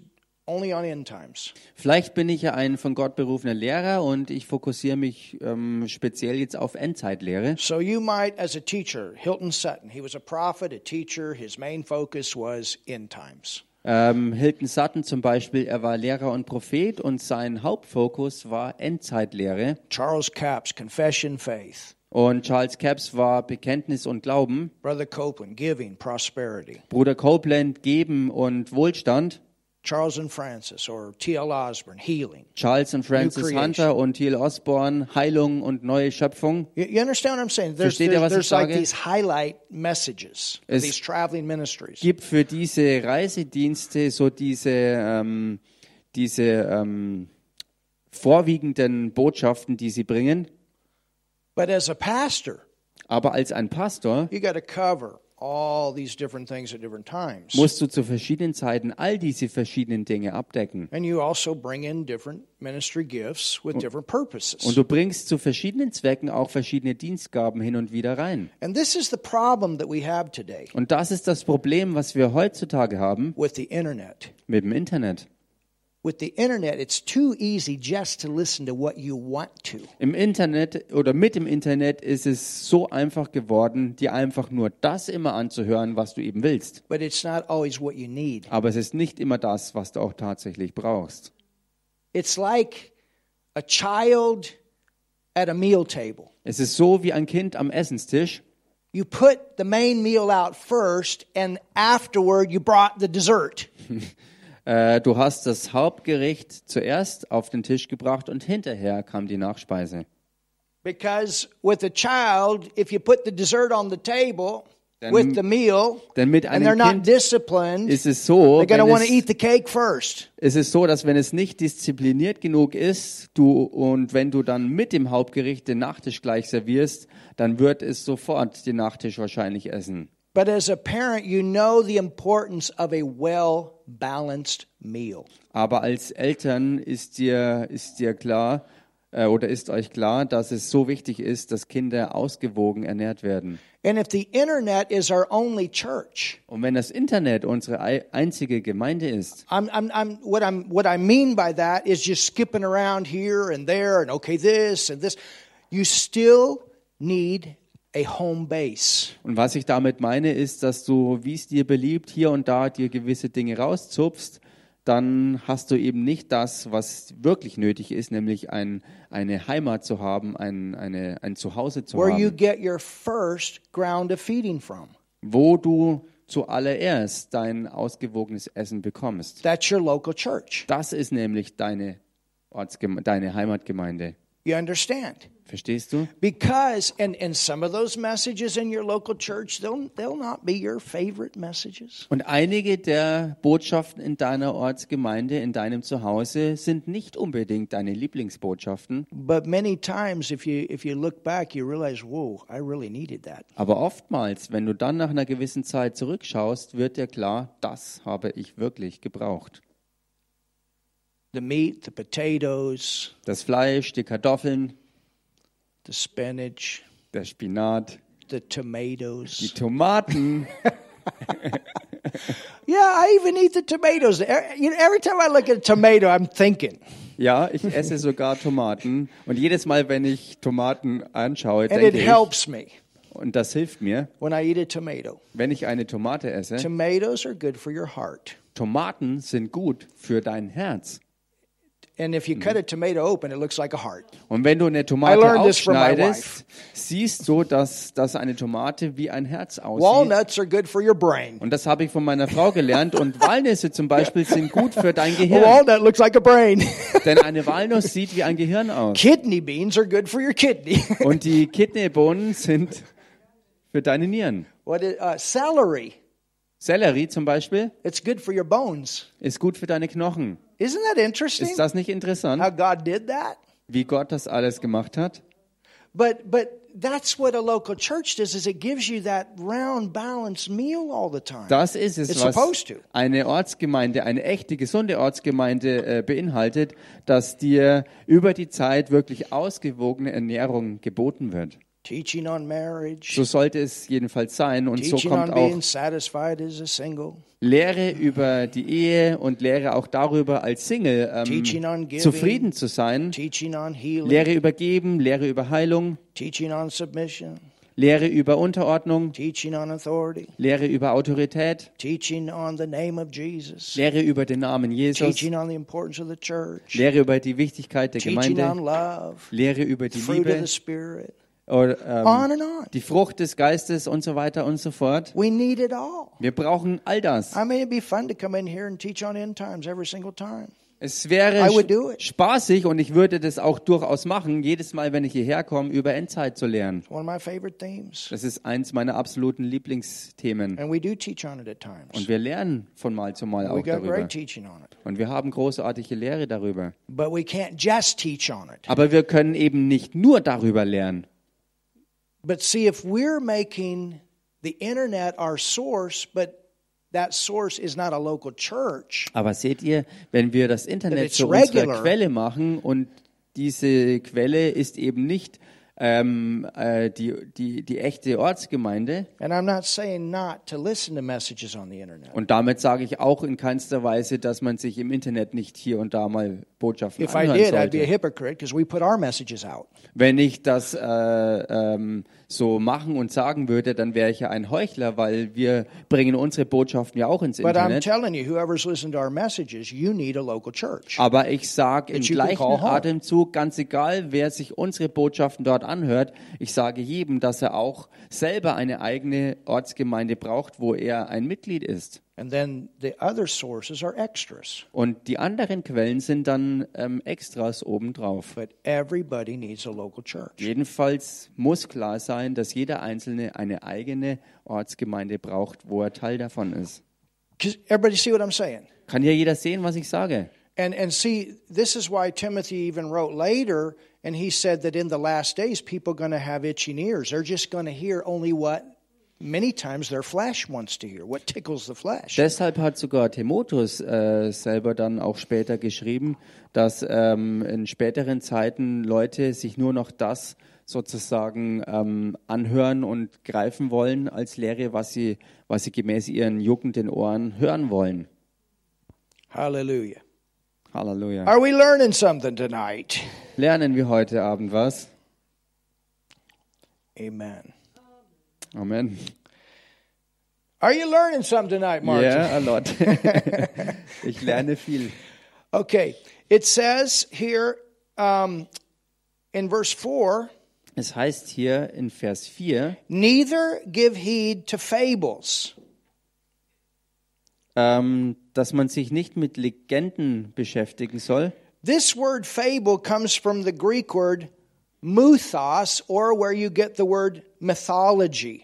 Speaker 1: only on end times.
Speaker 2: Vielleicht bin ich ja ein von Gott berufener Lehrer und ich fokussiere mich ähm, speziell jetzt auf Endzeitlehre.
Speaker 1: So you might, as a teacher, Hilton Sutton, he was a prophet, a teacher, his main focus was end times.
Speaker 2: Ähm, Hilton Sutton zum Beispiel, er war Lehrer und Prophet und sein Hauptfokus war Endzeitlehre.
Speaker 1: Charles Capps, confession, faith.
Speaker 2: Und Charles Capps war Bekenntnis und Glauben.
Speaker 1: Brother Copeland, giving, prosperity.
Speaker 2: Bruder Copeland, Geben und Wohlstand.
Speaker 1: Charles and Francis, or T.L. Osborne, healing.
Speaker 2: Charles und Francis
Speaker 1: creation.
Speaker 2: Hunter und T.L. Osborne, Heilung und neue Schöpfung.
Speaker 1: You, you understand what I'm saying? There's,
Speaker 2: Versteht ihr,
Speaker 1: there's-
Speaker 2: was ich
Speaker 1: there's like
Speaker 2: sage?
Speaker 1: these highlight messages,
Speaker 2: Es-
Speaker 1: these traveling ministries.
Speaker 2: Gibt für diese Reisedienste so diese, ähm, diese ähm, vorwiegenden Botschaften, die sie bringen.
Speaker 1: But as a pastor,
Speaker 2: Aber als ein Pastor
Speaker 1: you got to cover all these different things at different times.
Speaker 2: musst du zu verschiedenen Zeiten all diese verschiedenen Dinge abdecken.
Speaker 1: and you also bring in different ministry gifts with different purposes.
Speaker 2: Und du bringst zu verschiedenen Zwecken auch verschiedene Dienstgaben hin und wieder rein.
Speaker 1: and this is the problem that we have today
Speaker 2: Und das ist das Problem, was wir heutzutage haben
Speaker 1: with the internet.
Speaker 2: mit dem Internet.
Speaker 1: With the internet, it's too easy just to listen to what you want to.
Speaker 2: Im Internet oder mit dem Internet ist es so einfach geworden, dir einfach nur das immer anzuhören, was du eben willst.
Speaker 1: But it's not always what you need.
Speaker 2: Aber es ist nicht immer das, was du auch tatsächlich brauchst.
Speaker 1: It's like a child at a meal table.
Speaker 2: Es ist so wie ein Kind am Essenstisch.
Speaker 1: You put the main meal out first, and afterward, you brought the dessert.
Speaker 2: Äh, du hast das Hauptgericht zuerst auf den Tisch gebracht und hinterher kam die Nachspeise.
Speaker 1: Because with a child, if you put the dessert on the table
Speaker 2: Then-
Speaker 1: with the meal,
Speaker 2: Denn mit
Speaker 1: and they're
Speaker 2: einem
Speaker 1: not
Speaker 2: Kind
Speaker 1: disciplined,
Speaker 2: ist es so,
Speaker 1: they're going to
Speaker 2: wenn
Speaker 1: want to
Speaker 2: es,
Speaker 1: eat the cake first.
Speaker 2: es ist so, dass wenn es nicht diszipliniert genug ist, du und wenn du dann mit dem Hauptgericht den Nachtisch gleich servierst, dann wird es sofort den Nachtisch wahrscheinlich essen.
Speaker 1: But as a parent, you know the importance of a well balanced meal.
Speaker 2: Aber als Eltern ist dir, ist dir klar äh, oder ist euch klar, dass es so wichtig ist, dass Kinder ausgewogen ernährt werden.
Speaker 1: And if the internet is our only church,
Speaker 2: Und wenn das Internet unsere ei- einzige Gemeinde ist,
Speaker 1: I'm, I'm, I'm, what, I'm, what I mean by that is just skipping around here and there and okay, this and this. You still need a home base.
Speaker 2: und was ich damit meine, ist, dass du, wie es dir beliebt, hier und da dir gewisse Dinge rauszupfst, dann hast du eben nicht das, was wirklich nötig ist, nämlich ein, eine Heimat zu haben, ein, eine, ein Zuhause zu
Speaker 1: where you
Speaker 2: haben,
Speaker 1: get your first ground of feeding from.
Speaker 2: wo du zuallererst dein ausgewogenes Essen bekommst.
Speaker 1: That's your local church.
Speaker 2: Das ist nämlich deine, Ortsgeme deine Heimatgemeinde.
Speaker 1: You understand?
Speaker 2: Verstehst du?
Speaker 1: Because and, and some of those messages in your local church, they'll they'll not be your favorite messages.
Speaker 2: Und einige der Botschaften in deiner Ortsgemeinde, in deinem Zuhause, sind nicht unbedingt deine Lieblingsbotschaften.
Speaker 1: But many times if you if you look back you realize, whoa, I really needed that.
Speaker 2: Aber oftmals, wenn du dann nach einer gewissen Zeit zurückschaust, wird dir klar, das habe ich wirklich gebraucht.
Speaker 1: The meat, the potatoes,
Speaker 2: Das Fleisch, die Kartoffeln,
Speaker 1: the spinach,
Speaker 2: der Spinat,
Speaker 1: the
Speaker 2: die
Speaker 1: tomatoes.
Speaker 2: Tomaten.
Speaker 1: Yeah, I even eat the tomatoes. E- You know, every time I look at a tomato, I'm thinking.
Speaker 2: Ja, ich esse sogar Tomaten. Und jedes Mal, wenn ich Tomaten anschaue,
Speaker 1: And it
Speaker 2: denke ich,
Speaker 1: helps me
Speaker 2: und das hilft mir,
Speaker 1: when I eat a tomato.
Speaker 2: wenn ich eine Tomate esse.
Speaker 1: Tomatoes are good for your heart.
Speaker 2: Tomaten sind gut für dein Herz.
Speaker 1: And if you
Speaker 2: Mm-hmm.
Speaker 1: cut a tomato open, it looks like a heart.
Speaker 2: Und wenn du eine
Speaker 1: I
Speaker 2: Tomate
Speaker 1: learned this from my
Speaker 2: ausschneidest, siehst du, dass, dass eine Tomate wie ein Herz aussieht.
Speaker 1: Walnuts are good for your brain.
Speaker 2: Und das habe ich von meiner Frau gelernt. Und Walnüsse zum Beispiel sind gut für dein
Speaker 1: A
Speaker 2: Gehirn.
Speaker 1: walnut looks like a brain.
Speaker 2: Denn eine Walnuss sieht wie ein Gehirn aus.
Speaker 1: kidney beans are good for your kidney.
Speaker 2: Und die Kidneybohnen sind für deine Nieren.
Speaker 1: what is, uh, celery?
Speaker 2: Sellerie zum Beispiel
Speaker 1: It's good for your bones.
Speaker 2: ist gut für deine Knochen.
Speaker 1: Isn't that interesting?
Speaker 2: Ist das nicht
Speaker 1: How
Speaker 2: interessant,
Speaker 1: God did that?
Speaker 2: wie Gott das alles gemacht hat?
Speaker 1: But but that's what a local church does is it gives you that round balanced meal all the time.
Speaker 2: Das ist es,
Speaker 1: It's
Speaker 2: was
Speaker 1: supposed to.
Speaker 2: eine Ortsgemeinde, eine echte, gesunde Ortsgemeinde äh, beinhaltet, dass dir über die Zeit wirklich ausgewogene Ernährung geboten wird.
Speaker 1: Teaching on marriage,
Speaker 2: So sollte es jedenfalls sein und so
Speaker 1: teaching on
Speaker 2: kommt auch
Speaker 1: being satisfied as a single,
Speaker 2: Lehre über die Ehe und Lehre auch darüber, als Single
Speaker 1: Teaching on
Speaker 2: ähm,
Speaker 1: giving.
Speaker 2: zufrieden zu sein.
Speaker 1: teaching on healing,
Speaker 2: Lehre über Geben, Lehre über Heilung,
Speaker 1: teaching on submission,
Speaker 2: Lehre über Unterordnung,
Speaker 1: teaching on authority,
Speaker 2: Lehre über Autorität,
Speaker 1: teaching on the name of Jesus,
Speaker 2: Lehre über den Namen Jesus,
Speaker 1: teaching on the importance of the church,
Speaker 2: Lehre über die Wichtigkeit der
Speaker 1: teaching on
Speaker 2: Gemeinde,
Speaker 1: love,
Speaker 2: Lehre über die
Speaker 1: fruit of
Speaker 2: Liebe,
Speaker 1: the spirit,
Speaker 2: oder,
Speaker 1: on
Speaker 2: ähm,
Speaker 1: and on.
Speaker 2: die Frucht des Geistes und so weiter und so fort.
Speaker 1: We need it all.
Speaker 2: Wir brauchen all das.
Speaker 1: I mean, it'd be fun to come in here and teach on end times every single time.
Speaker 2: Es wäre
Speaker 1: I would do it.
Speaker 2: spaßig und ich würde das auch durchaus machen, jedes Mal, wenn ich hierher komme, über Endzeit zu lernen.
Speaker 1: One of my favorite themes.
Speaker 2: Das ist eins meiner absoluten Lieblingsthemen.
Speaker 1: And we do teach on it at times.
Speaker 2: Und wir lernen von Mal zu Mal
Speaker 1: We
Speaker 2: auch
Speaker 1: got
Speaker 2: darüber.
Speaker 1: great teaching on it.
Speaker 2: Und wir haben großartige Lehre darüber.
Speaker 1: But we can't just teach on it.
Speaker 2: Aber wir können eben nicht nur darüber lernen.
Speaker 1: But see, if we're making the internet our source, but that source is not a local church,
Speaker 2: Aber seht ihr, wenn wir das Internet
Speaker 1: it's
Speaker 2: zu unserer
Speaker 1: regular.
Speaker 2: Quelle machen und diese Quelle ist eben nicht ähm, äh, die, die, die echte Ortsgemeinde,
Speaker 1: and I'm not saying not to listen to messages on the internet.
Speaker 2: und damit sage ich auch in keinster Weise, dass man sich im Internet nicht hier und da mal Botschaften
Speaker 1: If I
Speaker 2: anhören
Speaker 1: did, I'd be a
Speaker 2: sollte.
Speaker 1: hypocrite because we put our messages out.
Speaker 2: Wenn ich das äh, ähm, so machen und sagen würde, dann wäre ich ja ein Heuchler, weil wir bringen unsere Botschaften ja auch ins
Speaker 1: But I'm
Speaker 2: Internet.
Speaker 1: telling you, whoever's listened to our messages, you need a local church.
Speaker 2: Aber ich sage im
Speaker 1: That you can
Speaker 2: gleichen
Speaker 1: call home.
Speaker 2: Atemzug, ganz egal, wer sich unsere Botschaften dort anhört, ich sage jedem, dass er auch selber eine eigene Ortsgemeinde braucht, wo er ein Mitglied ist.
Speaker 1: And then the other sources are extras.
Speaker 2: Und die anderen Quellen sind dann ähm, Extras obendrauf.
Speaker 1: But everybody needs a local church.
Speaker 2: Jedenfalls muss klar sein, dass jeder Einzelne eine eigene Ortsgemeinde braucht, wo er Teil davon ist.
Speaker 1: 'Cause everybody see what I'm saying?
Speaker 2: Kann ja jeder sehen, was ich sage.
Speaker 1: And and see, this is why Timothy even wrote later, and he said that in the last days people are going to have itching ears. They're just going to hear only what many times their flesh wants to hear, what tickles the flesh.
Speaker 2: Deshalb hat sogar Timotheus äh, selber dann auch später geschrieben, dass ähm, in späteren Zeiten Leute sich nur noch das sozusagen ähm, anhören und greifen wollen als Lehre, was sie, was sie gemäß ihren juckenden Ohren hören wollen.
Speaker 1: Hallelujah.
Speaker 2: Halleluja.
Speaker 1: Are we learning something tonight?
Speaker 2: Lernen wir heute Abend was?
Speaker 1: Amen.
Speaker 2: Amen.
Speaker 1: Are you learning something tonight, Martin?
Speaker 2: Yeah, a lot. ich lerne viel.
Speaker 1: Okay. It says here um, in verse 4
Speaker 2: Es heißt hier in Vers 4,
Speaker 1: neither give heed to fables.
Speaker 2: ähm, dass man sich nicht mit Legenden beschäftigen soll.
Speaker 1: This word fable comes from the Greek word mythos, or where you get the word mythology.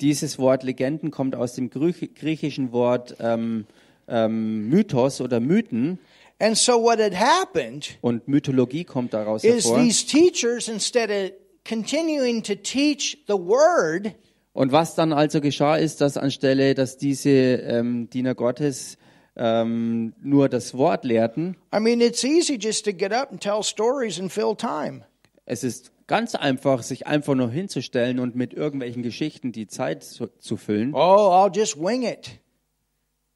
Speaker 2: Dieses Wort Legenden kommt aus dem Grü- griechischen Wort ähm, ähm, Mythos oder Mythen
Speaker 1: And so, what had happened
Speaker 2: und Mythologie kommt daraus
Speaker 1: is
Speaker 2: hervor.
Speaker 1: these teachers, instead of continuing to teach the word,
Speaker 2: Und was dann also geschah, ist, dass anstelle, dass diese ähm, Diener Gottes ähm, nur das Wort lehrten,
Speaker 1: I mean, it's easy just to get up and tell stories and fill time.
Speaker 2: es ist ganz einfach, sich einfach nur hinzustellen und mit irgendwelchen Geschichten die Zeit zu, zu füllen.
Speaker 1: Oh, I'll just wing it.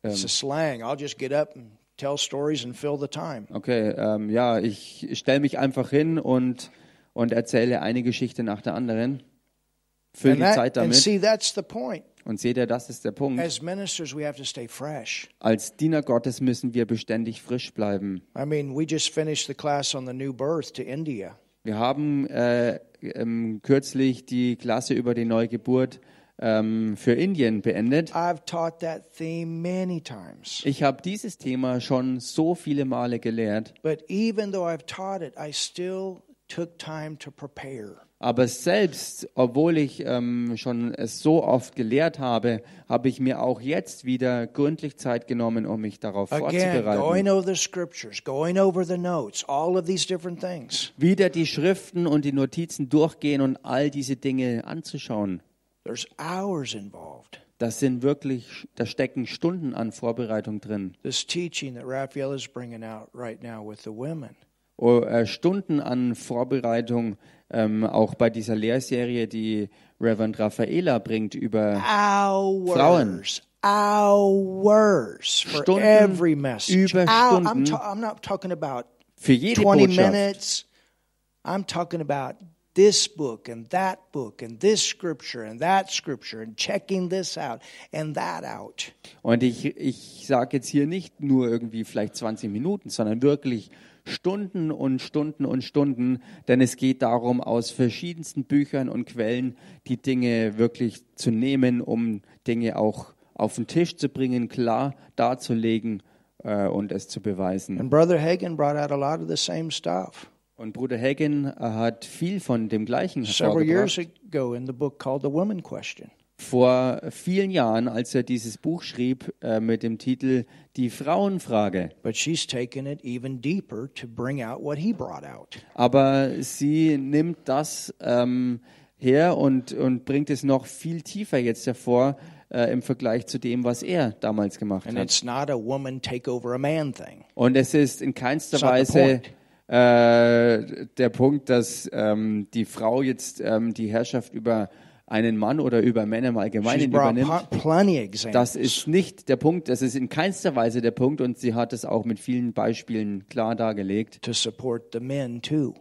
Speaker 1: It's a slang. I'll just get up and tell stories and fill the time.
Speaker 2: Okay, ähm, ja, ich stelle mich einfach hin und, und erzähle eine Geschichte nach der anderen. Fülle
Speaker 1: And,
Speaker 2: die
Speaker 1: that-
Speaker 2: Zeit
Speaker 1: and
Speaker 2: damit.
Speaker 1: see, that's the point.
Speaker 2: Und seht ihr, das ist der Punkt.
Speaker 1: As ministers, we have to stay fresh.
Speaker 2: Als Diener Gottes müssen wir beständig frisch bleiben.
Speaker 1: I mean, we just finished the class on the new birth to India.
Speaker 2: Wir haben äh, ähm, kürzlich die Klasse über die Neugeburt ähm, für Indien beendet.
Speaker 1: I've taught that theme many times.
Speaker 2: Ich habe dieses Thema schon so viele Male gelehrt.
Speaker 1: But even though I've taught it, I still took time to prepare.
Speaker 2: Aber selbst, obwohl ich ähm, schon es so oft gelehrt habe, habe ich mir auch jetzt wieder gründlich Zeit genommen, um mich darauf
Speaker 1: Again,
Speaker 2: vorzubereiten.
Speaker 1: going over the scriptures, going over the notes, all of these different things.
Speaker 2: Wieder die Schriften und die Notizen durchgehen und all diese Dinge anzuschauen.
Speaker 1: There's hours involved.
Speaker 2: Das sind wirklich, da stecken Stunden an Vorbereitung drin.
Speaker 1: This teaching that Raphael is bringing out right now with the women,
Speaker 2: Oh, äh, Stunden an Vorbereitung, ähm, auch bei dieser Lehrserie, die Reverend Raffaela bringt über
Speaker 1: hours, hours for
Speaker 2: Stunden
Speaker 1: every message.
Speaker 2: über
Speaker 1: Hour- I'm,
Speaker 2: Stunden.
Speaker 1: ta- I'm not talking about
Speaker 2: für jede
Speaker 1: 20
Speaker 2: Botschaft.
Speaker 1: minutes. I'm talking about this book and that book and this scripture and that scripture and checking this out and that out.
Speaker 2: Und ich, ich sage jetzt hier nicht nur irgendwie vielleicht 20 Minuten, sondern wirklich Stunden und Stunden und Stunden, denn es geht darum, aus verschiedensten Büchern und Quellen die Dinge wirklich zu nehmen, um Dinge auch auf den Tisch zu bringen, klar darzulegen äh, und es zu beweisen.
Speaker 1: And Brother Hagen brought out a lot of the same stuff
Speaker 2: Und Bruder Hagen äh, hat viel von dem gleichen
Speaker 1: several years
Speaker 2: hervorgebracht.
Speaker 1: ago in the book called The Woman Question.
Speaker 2: Vor vielen Jahren, als er dieses Buch schrieb äh, mit dem Titel Die Frauenfrage.
Speaker 1: But she's taken it even deeper to bring out what he brought out.
Speaker 2: Aber sie nimmt das ähm, her und, und bringt es noch viel tiefer jetzt hervor äh, im Vergleich zu dem, was er damals gemacht
Speaker 1: And
Speaker 2: hat.
Speaker 1: it's not a woman take over a man thing.
Speaker 2: Und es ist in keinster
Speaker 1: It's not the
Speaker 2: Weise äh, der Punkt, dass ähm, die Frau jetzt ähm, die Herrschaft über einen Mann oder über Männer im
Speaker 1: She's
Speaker 2: Allgemeinen
Speaker 1: brought
Speaker 2: übernimmt.
Speaker 1: pl- plenty of examples.
Speaker 2: Das ist nicht der Punkt, das ist in keinster Weise der Punkt und sie hat es auch mit vielen Beispielen klar dargelegt,
Speaker 1: to support the men too.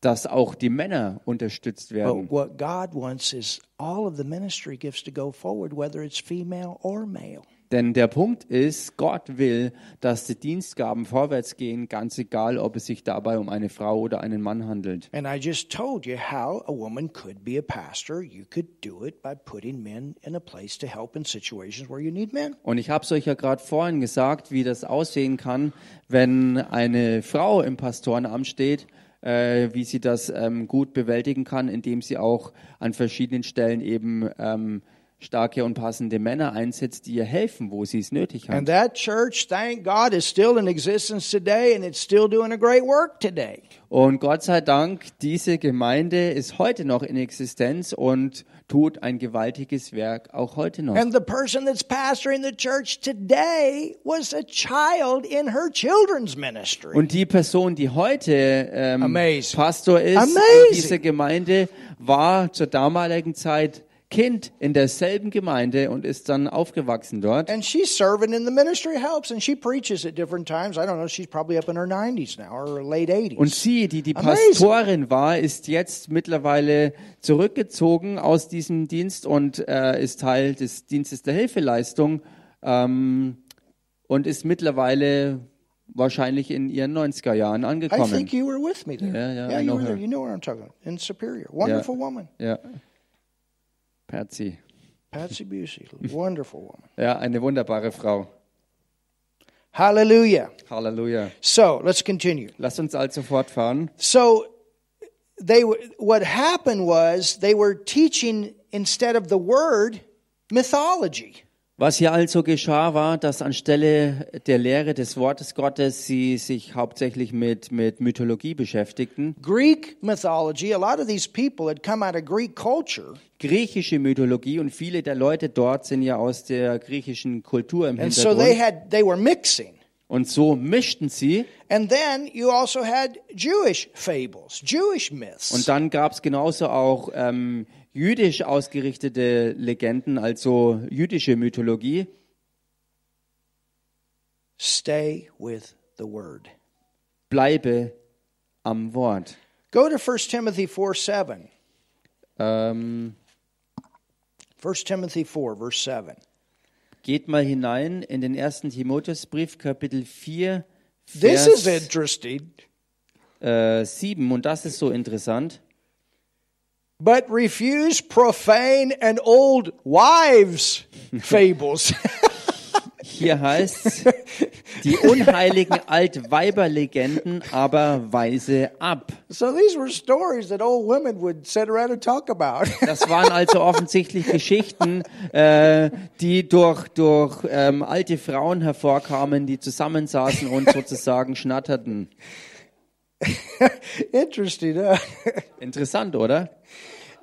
Speaker 2: dass auch die Männer unterstützt werden.
Speaker 1: But what God wants is all of the ministry gifts to go forward, whether it's female or male.
Speaker 2: Denn der Punkt ist, Gott will, dass die Dienstgaben vorwärts gehen, ganz egal, ob es sich dabei um eine Frau oder einen Mann handelt.
Speaker 1: And I just told you how a woman could be a pastor. You could do it by putting men in a place to help in situations where you need men.
Speaker 2: Und ich habe es euch ja gerade vorhin gesagt, wie das aussehen kann, wenn eine Frau im Pastorenamt steht, äh, wie sie das ähm, gut bewältigen kann, indem sie auch an verschiedenen Stellen eben ähm, starke und passende Männer einsetzt, die ihr helfen, wo sie es nötig haben.
Speaker 1: And that church, thank God, is still in existence today and it's still doing a great work today.
Speaker 2: Und Gott sei Dank, diese Gemeinde ist heute noch in Existenz und tut ein gewaltiges Werk auch heute noch.
Speaker 1: And the person that's pastoring the church today was a child in her children's ministry.
Speaker 2: Und die Person, die heute ähm,
Speaker 1: Amazing.
Speaker 2: Pastor ist
Speaker 1: Amazing.
Speaker 2: in dieser Gemeinde, war zur damaligen Zeit Kind in derselben Gemeinde und ist dann aufgewachsen dort.
Speaker 1: And she's serving in the ministry helps, and she preaches at different times. I don't know. She's probably up in her 90s now or her late 80s.
Speaker 2: Und sie, die die
Speaker 1: Amazing.
Speaker 2: Pastorin war, ist jetzt mittlerweile zurückgezogen aus diesem Dienst und äh, ist Teil des Dienstes der Hilfeleistung ähm, und ist mittlerweile wahrscheinlich in ihren 90er Jahren
Speaker 1: I
Speaker 2: angekommen.
Speaker 1: think you were with me there.
Speaker 2: Yeah, yeah, I
Speaker 1: you
Speaker 2: know
Speaker 1: were there.
Speaker 2: her.
Speaker 1: You know what I'm talking about. In Superior, wonderful woman,
Speaker 2: Ja. Perzi.
Speaker 1: Patsy Busey, wonderful woman.
Speaker 2: Ja, eine wunderbare Frau.
Speaker 1: Hallelujah.
Speaker 2: Halleluja.
Speaker 1: So let's continue.
Speaker 2: Lasst uns also fortfahren.
Speaker 1: So they w- what happened was they were teaching instead of the word mythology.
Speaker 2: Was hier also geschah, war, dass anstelle der Lehre des Wortes Gottes sie sich hauptsächlich mit, mit Mythologie beschäftigten.
Speaker 1: Greek mythology, a lot of these people had come out of Greek culture.
Speaker 2: griechische Mythologie und viele der Leute dort sind ja aus der griechischen Kultur im
Speaker 1: And so they
Speaker 2: Hintergrund.
Speaker 1: had they were mixing.
Speaker 2: Und so mischten sie.
Speaker 1: And then you also had Jewish fables, Jewish myths.
Speaker 2: Und dann gab es genauso auch ähm, jüdisch ausgerichtete Legenden, also jüdische Mythologie.
Speaker 1: Stay with the word.
Speaker 2: Bleibe am Wort.
Speaker 1: Go to 1 Timothy 4 7.
Speaker 2: Ähm,
Speaker 1: 1 Timothy 4, verse 7.
Speaker 2: geht mal hinein in den ersten Timotheusbrief, Kapitel 4,
Speaker 1: This is
Speaker 2: Vers
Speaker 1: interesting.
Speaker 2: äh, 7. Und das ist so interessant.
Speaker 1: But refuse profane and old wives' fables.
Speaker 2: Hier heißt die unheiligen Altweiberlegenden aber weise ab.
Speaker 1: So these were stories that old women would sit around and talk about.
Speaker 2: Das waren also offensichtlich Geschichten, äh, die durch, durch ähm, alte Frauen hervorkamen, die zusammensaßen und sozusagen schnatterten.
Speaker 1: Interesting, huh?
Speaker 2: Interessant, oder?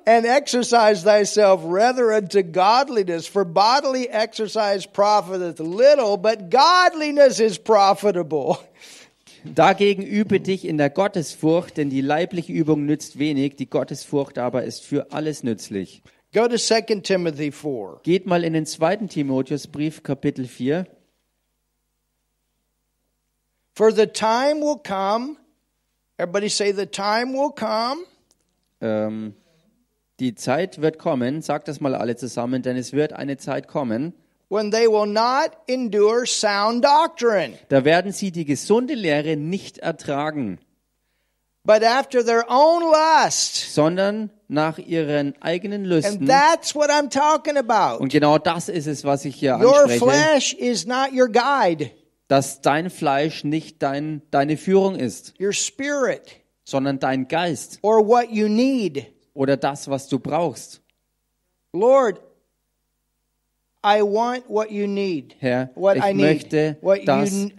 Speaker 1: and exercise thyself rather unto godliness. For bodily exercise profiteth little, but godliness is profitable.
Speaker 2: Dagegen übe dich in der Gottesfurcht, denn die leibliche Übung nützt wenig, die Gottesfurcht aber ist für alles nützlich.
Speaker 1: Go to 2 Timothy 4.
Speaker 2: Geht mal in den zweiten Timotheusbrief, Kapitel 4.
Speaker 1: For the time will come, everybody say, the time will come.
Speaker 2: Ähm, die Zeit wird kommen, sagt das mal alle zusammen, denn es wird eine Zeit kommen,
Speaker 1: When they will not endure sound doctrine,
Speaker 2: da werden sie die gesunde Lehre nicht ertragen,
Speaker 1: but after their own lust.
Speaker 2: sondern nach ihren eigenen
Speaker 1: And
Speaker 2: Lüsten.
Speaker 1: that's what I'm talking about.
Speaker 2: Und genau das ist es, was ich hier
Speaker 1: Your
Speaker 2: anspreche,
Speaker 1: flesh is not your guide,
Speaker 2: dass dein Fleisch nicht dein, deine Führung ist,
Speaker 1: your spirit,
Speaker 2: sondern dein Geist
Speaker 1: or what you need.
Speaker 2: oder das, was du brauchst.
Speaker 1: Lord, I want what you need.
Speaker 2: Herr,
Speaker 1: what
Speaker 2: ich
Speaker 1: I need,
Speaker 2: möchte
Speaker 1: what
Speaker 2: das-
Speaker 1: you,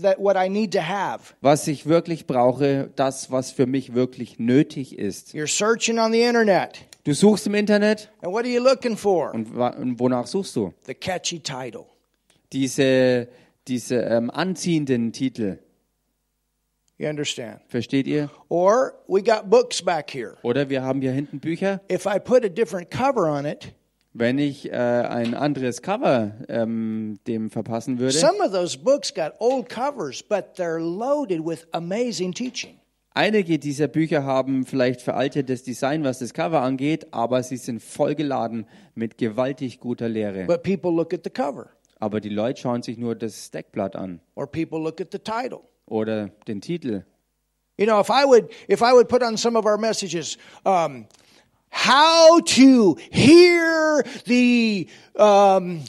Speaker 1: that what I need to have.
Speaker 2: Was ich wirklich brauche, das, was für mich wirklich nötig ist.
Speaker 1: You're searching on the internet,
Speaker 2: Du suchst im Internet
Speaker 1: and what are you looking for?
Speaker 2: und wa- und wonach suchst du?
Speaker 1: The catchy title.
Speaker 2: diese, diese ähm, anziehenden Titel.
Speaker 1: You understand?
Speaker 2: Versteht ihr?
Speaker 1: Or we got books back here.
Speaker 2: Oder wir haben hier hinten Bücher.
Speaker 1: If I put a different cover on it,
Speaker 2: Wenn ich äh, ein anderes Cover ähm, dem verpassen würde.
Speaker 1: some of those books got old covers, but they're loaded with amazing teaching.
Speaker 2: Einige dieser Bücher haben vielleicht veraltetes Design, was das Cover angeht, aber sie sind vollgeladen mit gewaltig guter Lehre.
Speaker 1: But people look at the cover,
Speaker 2: Aber die Leute schauen sich nur das Deckblatt an
Speaker 1: or people look at the title.
Speaker 2: oder den Titel.
Speaker 1: You know, if I would, if I would put on some of our messages, um, how to hear the um,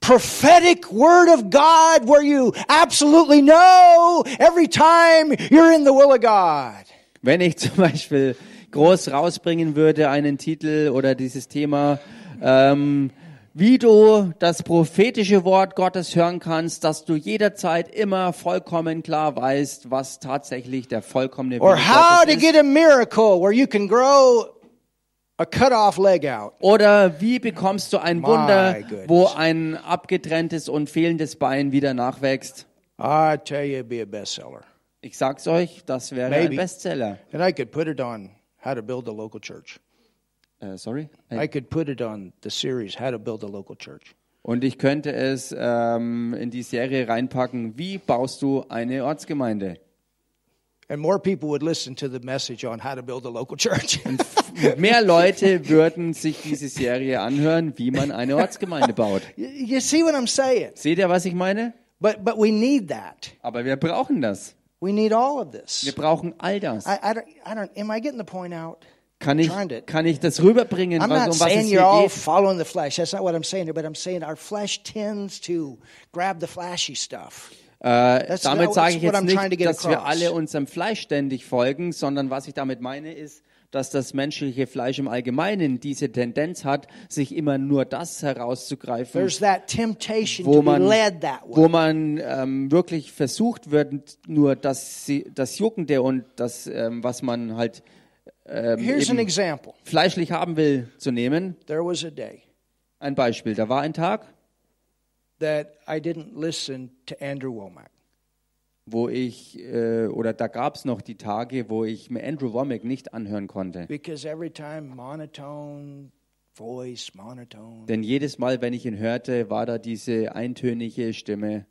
Speaker 1: prophetic word of God, where you absolutely know every time you're in the will of God.
Speaker 2: Wenn ich zum Beispiel groß rausbringen würde, einen Titel oder dieses Thema, ähm, wie du das prophetische Wort Gottes hören kannst, dass du jederzeit immer vollkommen klar weißt, was tatsächlich der vollkommene
Speaker 1: Or how to
Speaker 2: Gottes ist.
Speaker 1: get a miracle where you can grow a cut off leg out.
Speaker 2: Oder wie bekommst du ein
Speaker 1: My
Speaker 2: Wunder,
Speaker 1: goodness.
Speaker 2: wo ein abgetrenntes und fehlendes Bein wieder nachwächst?
Speaker 1: I tell you, it'd be a bestseller.
Speaker 2: Ich sag's euch, das wäre
Speaker 1: Maybe.
Speaker 2: ein Bestseller.
Speaker 1: And I could put it on how to build a local church.
Speaker 2: Äh, sorry?
Speaker 1: I could put it on the series, How to Build a Local Church.
Speaker 2: Und ich könnte es ähm, in die Serie reinpacken, wie baust du eine Ortsgemeinde?
Speaker 1: And more people would listen to the message on how to build a local church.
Speaker 2: Mehr Leute würden sich diese Serie anhören, wie man eine Ortsgemeinde baut.
Speaker 1: you you see what I'm saying?
Speaker 2: Seht ihr, was ich meine?
Speaker 1: But but we need that.
Speaker 2: Aber wir brauchen das.
Speaker 1: We need all of this.
Speaker 2: Wir brauchen all das.
Speaker 1: I, I don't. I don't. Am I getting the point out?
Speaker 2: Kann ich,
Speaker 1: trying to-
Speaker 2: kann ich das rüberbringen,
Speaker 1: I'm
Speaker 2: was,
Speaker 1: not
Speaker 2: um was es
Speaker 1: saying you're
Speaker 2: hier
Speaker 1: all
Speaker 2: geht?
Speaker 1: following the flesh. That's not what I'm saying here. But I'm saying our flesh tends to grab the flashy stuff.
Speaker 2: Äh,
Speaker 1: not-
Speaker 2: damit sage ich
Speaker 1: that's what
Speaker 2: jetzt
Speaker 1: I'm trying to
Speaker 2: nicht,
Speaker 1: get
Speaker 2: dass wir
Speaker 1: across.
Speaker 2: alle unserem Fleisch ständig folgen, sondern was ich damit meine ist, dass das menschliche Fleisch im Allgemeinen diese Tendenz hat, sich immer nur das herauszugreifen,
Speaker 1: There's that temptation
Speaker 2: wo
Speaker 1: to be
Speaker 2: man,
Speaker 1: led that way.
Speaker 2: wo man ähm, wirklich versucht wird, nur das, sie- das Juckende und das, ähm, was man halt
Speaker 1: Here's an example.
Speaker 2: fleischlich haben will, zu nehmen.
Speaker 1: There was a day
Speaker 2: Ein Beispiel, da war ein Tag,
Speaker 1: that I didn't listen to Andrew Womack.
Speaker 2: wo ich, äh, oder da gab es noch die Tage, wo ich mir Andrew Womack nicht anhören konnte.
Speaker 1: Because every time monotone voice, monotone.
Speaker 2: Denn jedes Mal, wenn ich ihn hörte, war da diese eintönige Stimme.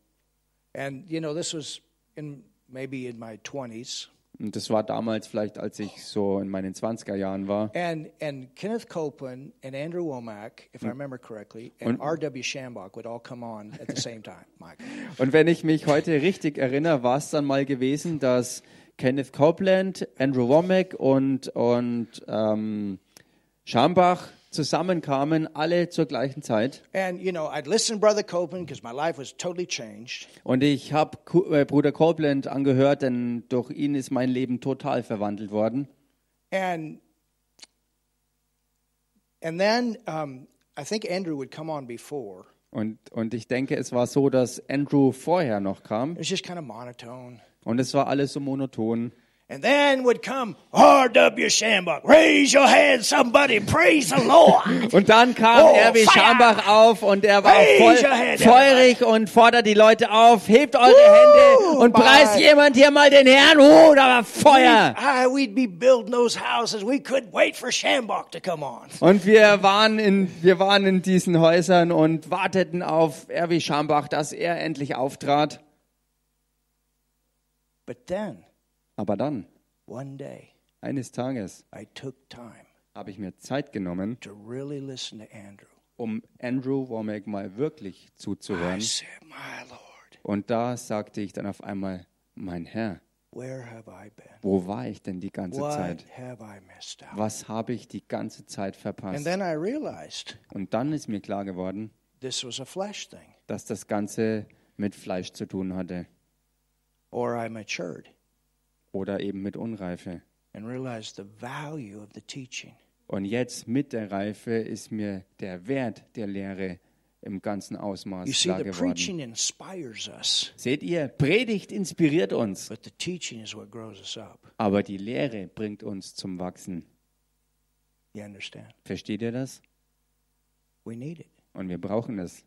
Speaker 1: And you know, this was in maybe in my twenties.
Speaker 2: Und das war damals vielleicht, als ich so in meinen 20er Jahren war.
Speaker 1: And and Kenneth Copeland and Andrew Womack, if I remember correctly, and R.W. Shambach would all come on at the same time. Michael.
Speaker 2: Und wenn ich mich heute richtig erinnere, war es dann mal gewesen, dass Kenneth Copeland, Andrew Womack und, und ähm, Schambach zusammenkamen, alle zur gleichen Zeit.
Speaker 1: And, you know, I'd listen to Brother Copeland because my life was totally changed.
Speaker 2: Und ich habe Ku- äh, Bruder Copeland angehört, denn durch ihn ist mein Leben total verwandelt worden.
Speaker 1: And, and then um, I think Andrew would come on before.
Speaker 2: Und, und ich denke, es war so, dass Andrew vorher noch kam
Speaker 1: It was just kind of monotone.
Speaker 2: und es war alles so monoton.
Speaker 1: And then would come R.W. Shambuck. Raise your hand, somebody. Praise the Lord.
Speaker 2: Und dann kam
Speaker 1: Oh,
Speaker 2: RW
Speaker 1: Feuer!
Speaker 2: Schambach auf und er war
Speaker 1: Raise
Speaker 2: voll
Speaker 1: your hand,
Speaker 2: feurig und fordert die Leute auf, hebt eure
Speaker 1: Woo!
Speaker 2: Hände und
Speaker 1: Bye.
Speaker 2: preist jemand hier mal den Herrn. Oh, da war Feuer.
Speaker 1: I, we'd be building those houses. We couldn't wait for Shambuck to come on.
Speaker 2: Und wir waren in, wir waren in diesen Häusern und warteten auf RW Schambach, dass er endlich auftrat.
Speaker 1: But then,
Speaker 2: Aber dann,
Speaker 1: one day,
Speaker 2: eines Tages,
Speaker 1: I took time
Speaker 2: habe ich mir Zeit genommen,
Speaker 1: to really listen to Andrew.
Speaker 2: um Andrew Womack mal wirklich
Speaker 1: I
Speaker 2: zuzuhören.
Speaker 1: said, My Lord,
Speaker 2: Und da sagte ich dann auf einmal, mein Herr,
Speaker 1: where have I been?
Speaker 2: wo war ich denn die ganze
Speaker 1: What
Speaker 2: Zeit?
Speaker 1: have I missed out?
Speaker 2: Was habe ich die ganze Zeit
Speaker 1: And
Speaker 2: verpasst?
Speaker 1: then I realized
Speaker 2: Und dann ist mir klar geworden,
Speaker 1: this was a flesh thing,
Speaker 2: dass das Ganze mit Fleisch zu tun hatte
Speaker 1: or I matured
Speaker 2: oder eben mit Unreife.
Speaker 1: and realized the value of the teaching.
Speaker 2: Und jetzt mit der Reife ist mir der Wert der Lehre im ganzen Ausmaß
Speaker 1: You see,
Speaker 2: klar
Speaker 1: the
Speaker 2: geworden.
Speaker 1: preaching inspires us,
Speaker 2: Seht ihr, Predigt inspiriert uns,
Speaker 1: but the teaching is what grows us up.
Speaker 2: aber die Lehre bringt uns zum Wachsen.
Speaker 1: You understand?
Speaker 2: Versteht ihr das?
Speaker 1: We need it.
Speaker 2: Und wir brauchen das.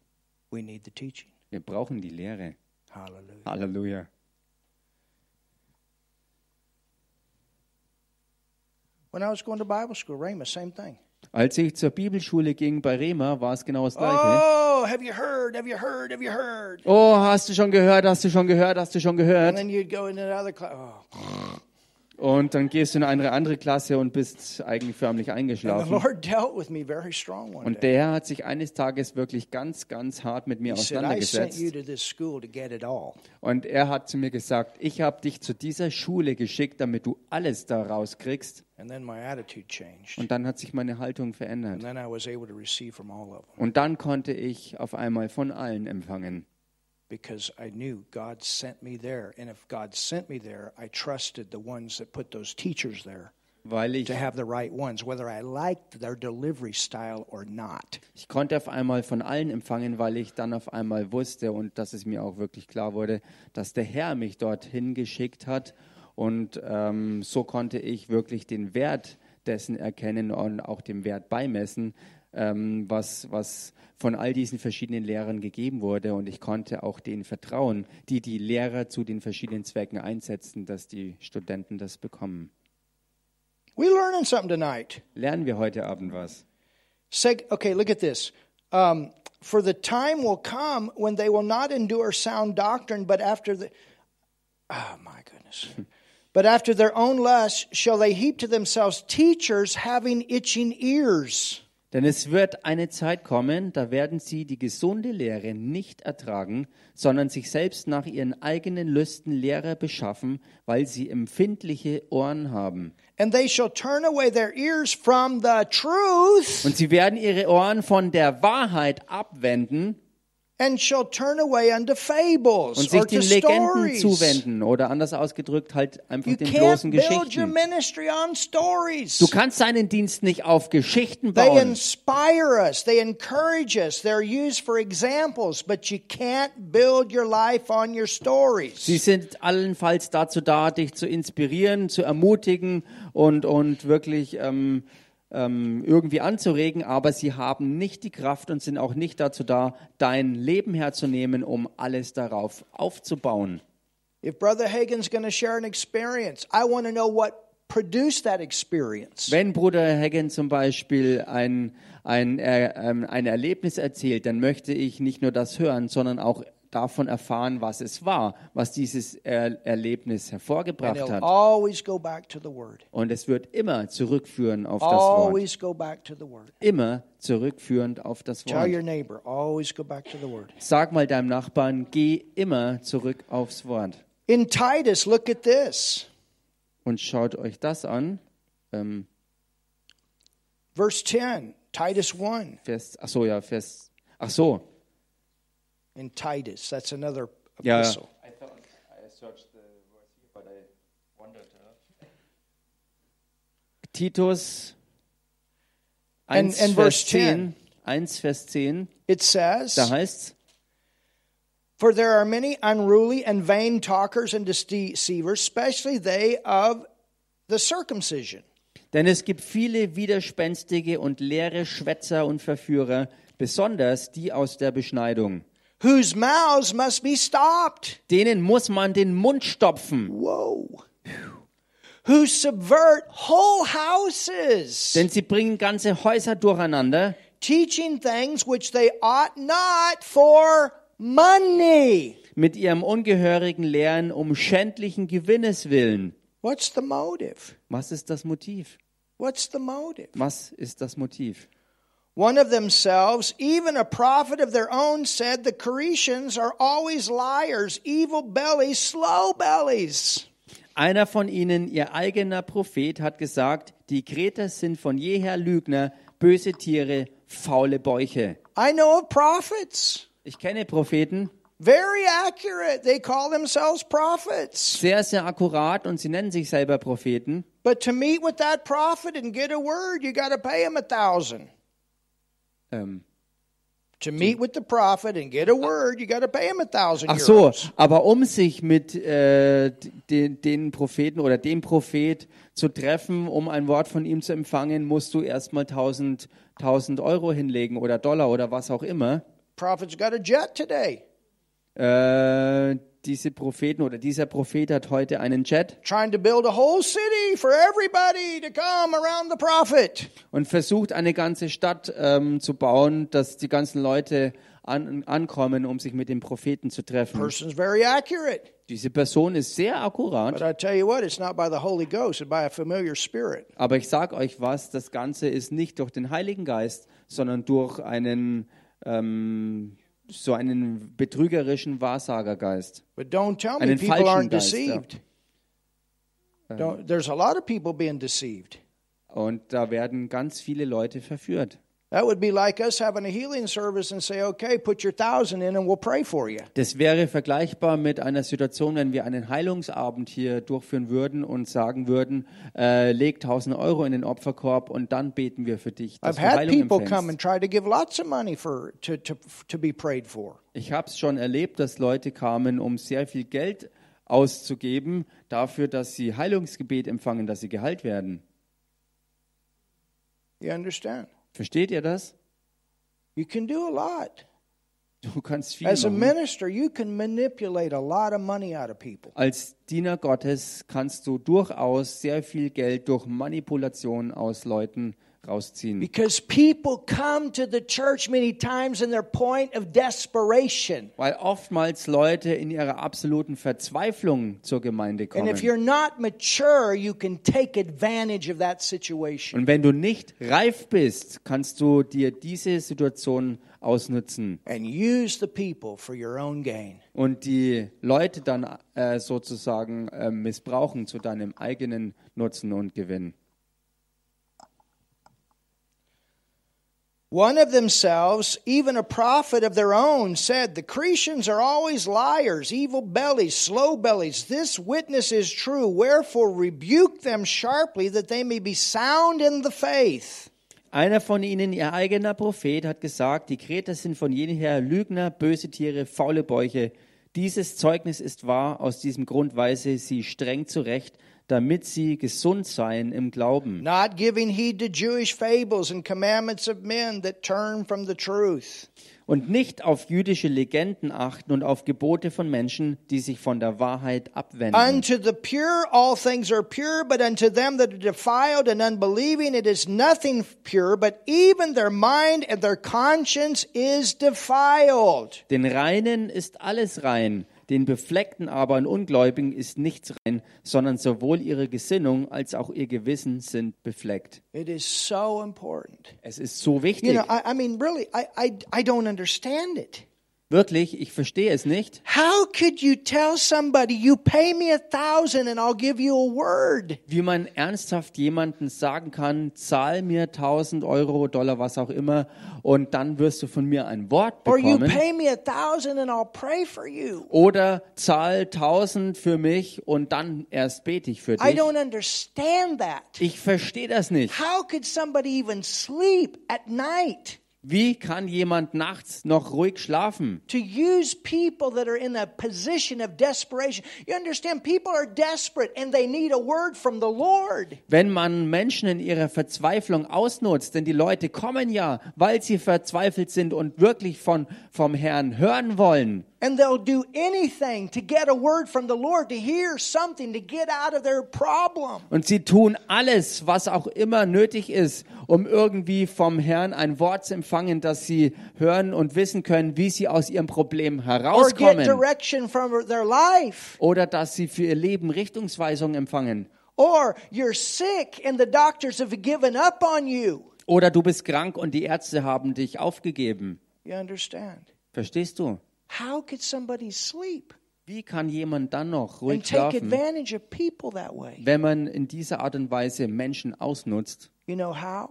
Speaker 1: We need the teaching.
Speaker 2: Wir brauchen die Lehre.
Speaker 1: Hallelujah.
Speaker 2: Halleluja.
Speaker 1: When I was going to Bible school, Rhema, same thing.
Speaker 2: Als ich zur Bibelschule ging bei Rema, war es genau das Gleiche.
Speaker 1: Oh, have you heard? Have you heard? Have you heard?
Speaker 2: Oh, hast du schon gehört, hast du schon gehört, hast du schon
Speaker 1: And
Speaker 2: gehört?
Speaker 1: then you'd go into another class. Oh.
Speaker 2: Und dann gehst du in eine andere Klasse und bist eigentlich förmlich
Speaker 1: And the
Speaker 2: eingeschlafen.
Speaker 1: Lord dealt with me very strong one
Speaker 2: Und
Speaker 1: day.
Speaker 2: der hat sich eines Tages wirklich ganz, ganz hart mit mir
Speaker 1: He said, I sent you
Speaker 2: auseinandergesetzt.
Speaker 1: to this school to get it all.
Speaker 2: Und er hat zu mir gesagt, ich habe dich zu dieser Schule geschickt, damit du alles da rauskriegst.
Speaker 1: And then my attitude changed.
Speaker 2: Und dann hat sich meine Haltung
Speaker 1: And
Speaker 2: verändert.
Speaker 1: then I was able to receive from all of them
Speaker 2: Und dann konnte ich auf einmal von allen empfangen.
Speaker 1: because I knew God sent me there. And if God sent me there, I trusted the ones that put those teachers there
Speaker 2: Weil ich,
Speaker 1: to have the right ones, whether I liked their delivery style or not.
Speaker 2: ich konnte auf einmal von allen empfangen, weil ich dann auf einmal wusste und dass es mir auch wirklich klar wurde, dass der Herr mich dorthin geschickt hat. Und ähm, so konnte ich wirklich den Wert dessen erkennen und auch dem Wert beimessen, ähm, was, was von all diesen verschiedenen Lehrern gegeben wurde. Und ich konnte auch denen vertrauen, die die Lehrer zu den verschiedenen Zwecken einsetzen, dass die Studenten das bekommen.
Speaker 1: We're learning something tonight.
Speaker 2: Lernen wir heute Abend was?
Speaker 1: Seg- okay, look at this. Um, For the time will come when they will not endure sound doctrine, but after the. Oh, my goodness. but after their own lusts shall they heap to themselves teachers having itching ears.
Speaker 2: Denn es wird eine Zeit kommen, da werden sie die gesunde Lehre nicht ertragen, sondern sich selbst nach ihren eigenen Lüsten Lehrer beschaffen, weil sie empfindliche Ohren haben.
Speaker 1: And they shall turn away their ears from the truth,
Speaker 2: Und sie werden ihre Ohren von der Wahrheit abwenden
Speaker 1: and shall turn away unto fables
Speaker 2: und sich
Speaker 1: or to
Speaker 2: den Legenden
Speaker 1: stories.
Speaker 2: zuwenden oder anders ausgedrückt halt einfach
Speaker 1: You
Speaker 2: den
Speaker 1: can't
Speaker 2: bloßen
Speaker 1: build your
Speaker 2: Geschichten.
Speaker 1: ministry on stories.
Speaker 2: Du kannst deinen Dienst nicht auf Geschichten
Speaker 1: They
Speaker 2: bauen.
Speaker 1: inspire us, they encourage us, they're used for examples, but you can't build your life on your
Speaker 2: Sie
Speaker 1: stories.
Speaker 2: sind allenfalls dazu da, dich zu inspirieren, zu ermutigen und, und wirklich ähm, ähm, irgendwie anzuregen, aber sie haben nicht die Kraft und sind auch nicht dazu da, dein Leben herzunehmen, um alles darauf aufzubauen.
Speaker 1: If Brother Hagen's going to share an experience, I want to know what produced that experience.
Speaker 2: Wenn Bruder Hagen zum Beispiel ein, ein, äh, ähm, ein Erlebnis erzählt, dann möchte ich nicht nur das hören, sondern auch davon erfahren, was es war, was dieses er Erlebnis
Speaker 1: And
Speaker 2: hervorgebracht
Speaker 1: he'll
Speaker 2: hat.
Speaker 1: always go back to the Word.
Speaker 2: Und es wird immer zurückführen
Speaker 1: Oh,
Speaker 2: auf das Wort.
Speaker 1: Always go back to the Word.
Speaker 2: immer zurückführend auf das
Speaker 1: Tell
Speaker 2: Wort.
Speaker 1: your neighbor, always go back to the Word.
Speaker 2: Sag mal deinem Nachbarn, geh immer zurück aufs Wort.
Speaker 1: In Titus, look at this.
Speaker 2: Und schaut euch das an. Ähm,
Speaker 1: Verse 10, Titus 1
Speaker 2: Vers, ach so, ja, Vers, ach so,
Speaker 1: in Titus. That's another
Speaker 2: Ja.
Speaker 1: epistle.
Speaker 2: Titus
Speaker 1: And-
Speaker 2: 1,
Speaker 1: and
Speaker 2: Vers
Speaker 1: verse 10.
Speaker 2: 10, 1, Vers 10,
Speaker 1: It says,
Speaker 2: da heißt's,
Speaker 1: For there are many unruly and vain talkers and deceivers, especially they of the circumcision.
Speaker 2: Denn es gibt viele widerspenstige und leere Schwätzer und Verführer, besonders die aus der Beschneidung.
Speaker 1: whose mouths must be stopped.
Speaker 2: Denen muss man den Mund stopfen,
Speaker 1: Whoa. Who subvert whole houses,
Speaker 2: denn sie bringen ganze Häuser durcheinander,
Speaker 1: teaching things which they ought not for money.
Speaker 2: mit ihrem ungehörigen Lehren um schändlichen Gewinnes willen.
Speaker 1: What's the motive?
Speaker 2: Was ist das Motiv?
Speaker 1: What's the motive?
Speaker 2: Was ist das Motiv?
Speaker 1: One of themselves, even a prophet of their own, said the Cretians are always liars, evil bellies, slow bellies.
Speaker 2: Einer von ihnen, ihr eigener Prophet, hat gesagt, die Kreter sind von jeher Lügner, böse Tiere, faule Bäuche.
Speaker 1: I know of prophets,
Speaker 2: Ich kenne Propheten,
Speaker 1: very accurate. They call themselves prophets.
Speaker 2: sehr, sehr akkurat und sie nennen sich selber Propheten.
Speaker 1: But to meet with that prophet and get a word, you got to pay him a thousand.
Speaker 2: Ähm,
Speaker 1: To meet with the prophet and get a word, you got to pay him a thousand.
Speaker 2: ach so,
Speaker 1: euros.
Speaker 2: aber um sich mit äh, den, den Propheten oder dem Prophet zu treffen, um ein Wort von ihm zu empfangen, musst du erstmal 1000, 1000 Euro hinlegen oder Dollar oder was auch immer.
Speaker 1: Prophet's got a jet today,
Speaker 2: Äh, diese Propheten oder dieser Prophet hat heute einen Chat
Speaker 1: trying to build a whole city for everybody to come around the prophet.
Speaker 2: und versucht, eine ganze Stadt ähm, zu bauen, dass die ganzen Leute an, ankommen, um sich mit dem Propheten zu treffen.
Speaker 1: Person's very accurate,
Speaker 2: Diese Person ist sehr akkurat.
Speaker 1: but I tell you what, it's not by the Holy Ghost, it's by a familiar spirit.
Speaker 2: Aber ich sag euch was, das Ganze ist nicht durch den Heiligen Geist, sondern durch einen ähm, so einen betrügerischen Wahrsagergeist.
Speaker 1: But don't tell me
Speaker 2: Einen
Speaker 1: people
Speaker 2: falschen
Speaker 1: aren't
Speaker 2: Geist. Ja.
Speaker 1: deceived. Don't, there's a lot of people being deceived.
Speaker 2: Und da werden ganz viele Leute verführt.
Speaker 1: That would be like us having a healing service and say, okay, put your thousand in and we'll pray for you.
Speaker 2: Das wäre vergleichbar mit einer Situation, wenn wir einen Heilungsabend hier durchführen würden und sagen würden, äh, leg 1000 Euro in den Opferkorb und dann beten wir für dich, dass
Speaker 1: I've
Speaker 2: du
Speaker 1: had
Speaker 2: Heilung
Speaker 1: people come
Speaker 2: empfängst.
Speaker 1: and try to give lots of money for to, to, to be prayed for.
Speaker 2: Ich habe es schon erlebt, dass Leute kamen, um sehr viel Geld auszugeben, dafür, dass sie Heilungsgebet empfangen, dass sie geheilt werden.
Speaker 1: You understand?
Speaker 2: Versteht ihr das?
Speaker 1: You can do a lot.
Speaker 2: Du kannst viel
Speaker 1: As a
Speaker 2: machen.
Speaker 1: minister, you can manipulate a lot of money out of people.
Speaker 2: Als Diener Gottes kannst du durchaus sehr viel Geld durch Manipulation aus Leuten rausziehen.
Speaker 1: Because people come to the church many times in their point of desperation.
Speaker 2: Weil oftmals Leute in ihrer absoluten Verzweiflung zur Gemeinde
Speaker 1: And
Speaker 2: kommen.
Speaker 1: if you're not mature, you can take advantage of that situation.
Speaker 2: Und wenn du nicht reif bist, kannst du dir diese Situation ausnutzen
Speaker 1: And use the people for your own gain.
Speaker 2: und die Leute dann äh, sozusagen äh, missbrauchen zu deinem eigenen Nutzen und Gewinn.
Speaker 1: One of themselves, even a prophet of their own, said, The Cretians are always liars, evil bellies, slow bellies. This witness is true. Wherefore rebuke them sharply that they may be sound in the faith.
Speaker 2: Einer von ihnen, ihr eigener Prophet, hat gesagt, die Kreter sind von jeher Lügner, böse Tiere, faule Bäuche. Dieses Zeugnis ist wahr, aus diesem Grund weise sie streng zurecht, damit sie gesund seien im Glauben.
Speaker 1: Not giving heed to Jewish fables and commandments of men that turn from the truth.
Speaker 2: Und nicht auf jüdische Legenden achten und auf Gebote von Menschen, die sich von der Wahrheit abwenden.
Speaker 1: Unto the pure all things are pure, but unto them that are defiled and unbelieving it is nothing pure, but even their mind and their conscience is defiled.
Speaker 2: Den Reinen ist alles rein, den Befleckten aber und Ungläubigen ist nichts rein, sondern sowohl ihre Gesinnung als auch ihr Gewissen sind befleckt.
Speaker 1: It is so important.
Speaker 2: Es ist so
Speaker 1: You
Speaker 2: wichtig.
Speaker 1: Genau. know, I, I mean, really, I, I, I don't understand it.
Speaker 2: Wirklich, ich verstehe es nicht.
Speaker 1: How could you tell somebody, you pay me a thousand and I'll give you a word?
Speaker 2: Wie man ernsthaft jemandem sagen kann, zahl mir 1000 Euro, Dollar, was auch immer, und dann wirst du von mir ein Wort
Speaker 1: Or you
Speaker 2: bekommen.
Speaker 1: pay me a thousand and I'll pray for you.
Speaker 2: Oder zahl 1000 für mich und dann erst bete ich für
Speaker 1: I
Speaker 2: dich.
Speaker 1: don't understand that.
Speaker 2: Ich verstehe das nicht.
Speaker 1: How could somebody even sleep at night
Speaker 2: Wie kann jemand nachts noch ruhig schlafen?
Speaker 1: to use people that are in a position of desperation? You understand, people are desperate and they need a word from the Lord.
Speaker 2: Wenn man Menschen in ihrer Verzweiflung ausnutzt, denn die Leute kommen ja, weil sie verzweifelt sind und wirklich von, vom Herrn hören wollen.
Speaker 1: And they'll do anything to get a word from the Lord, to hear something, to get out of their problem.
Speaker 2: Und sie tun alles, was auch immer nötig ist, um irgendwie vom Herrn ein Wort zu empfangen, dass sie hören und wissen können, wie sie aus ihrem Problem
Speaker 1: Or get
Speaker 2: herauskommen.
Speaker 1: direction from their life.
Speaker 2: Oder dass sie für ihr Leben Richtungsweisungen empfangen.
Speaker 1: Or you're sick and the doctors have given up on you.
Speaker 2: Oder du bist krank und die Ärzte haben dich aufgegeben.
Speaker 1: You understand?
Speaker 2: Verstehst du?
Speaker 1: How could somebody sleep
Speaker 2: Wie kann jemand dann
Speaker 1: and
Speaker 2: noch ruhig
Speaker 1: take
Speaker 2: schlafen?
Speaker 1: advantage of people that way?
Speaker 2: Wenn man in dieser Art und Weise Menschen ausnutzt,
Speaker 1: You know how?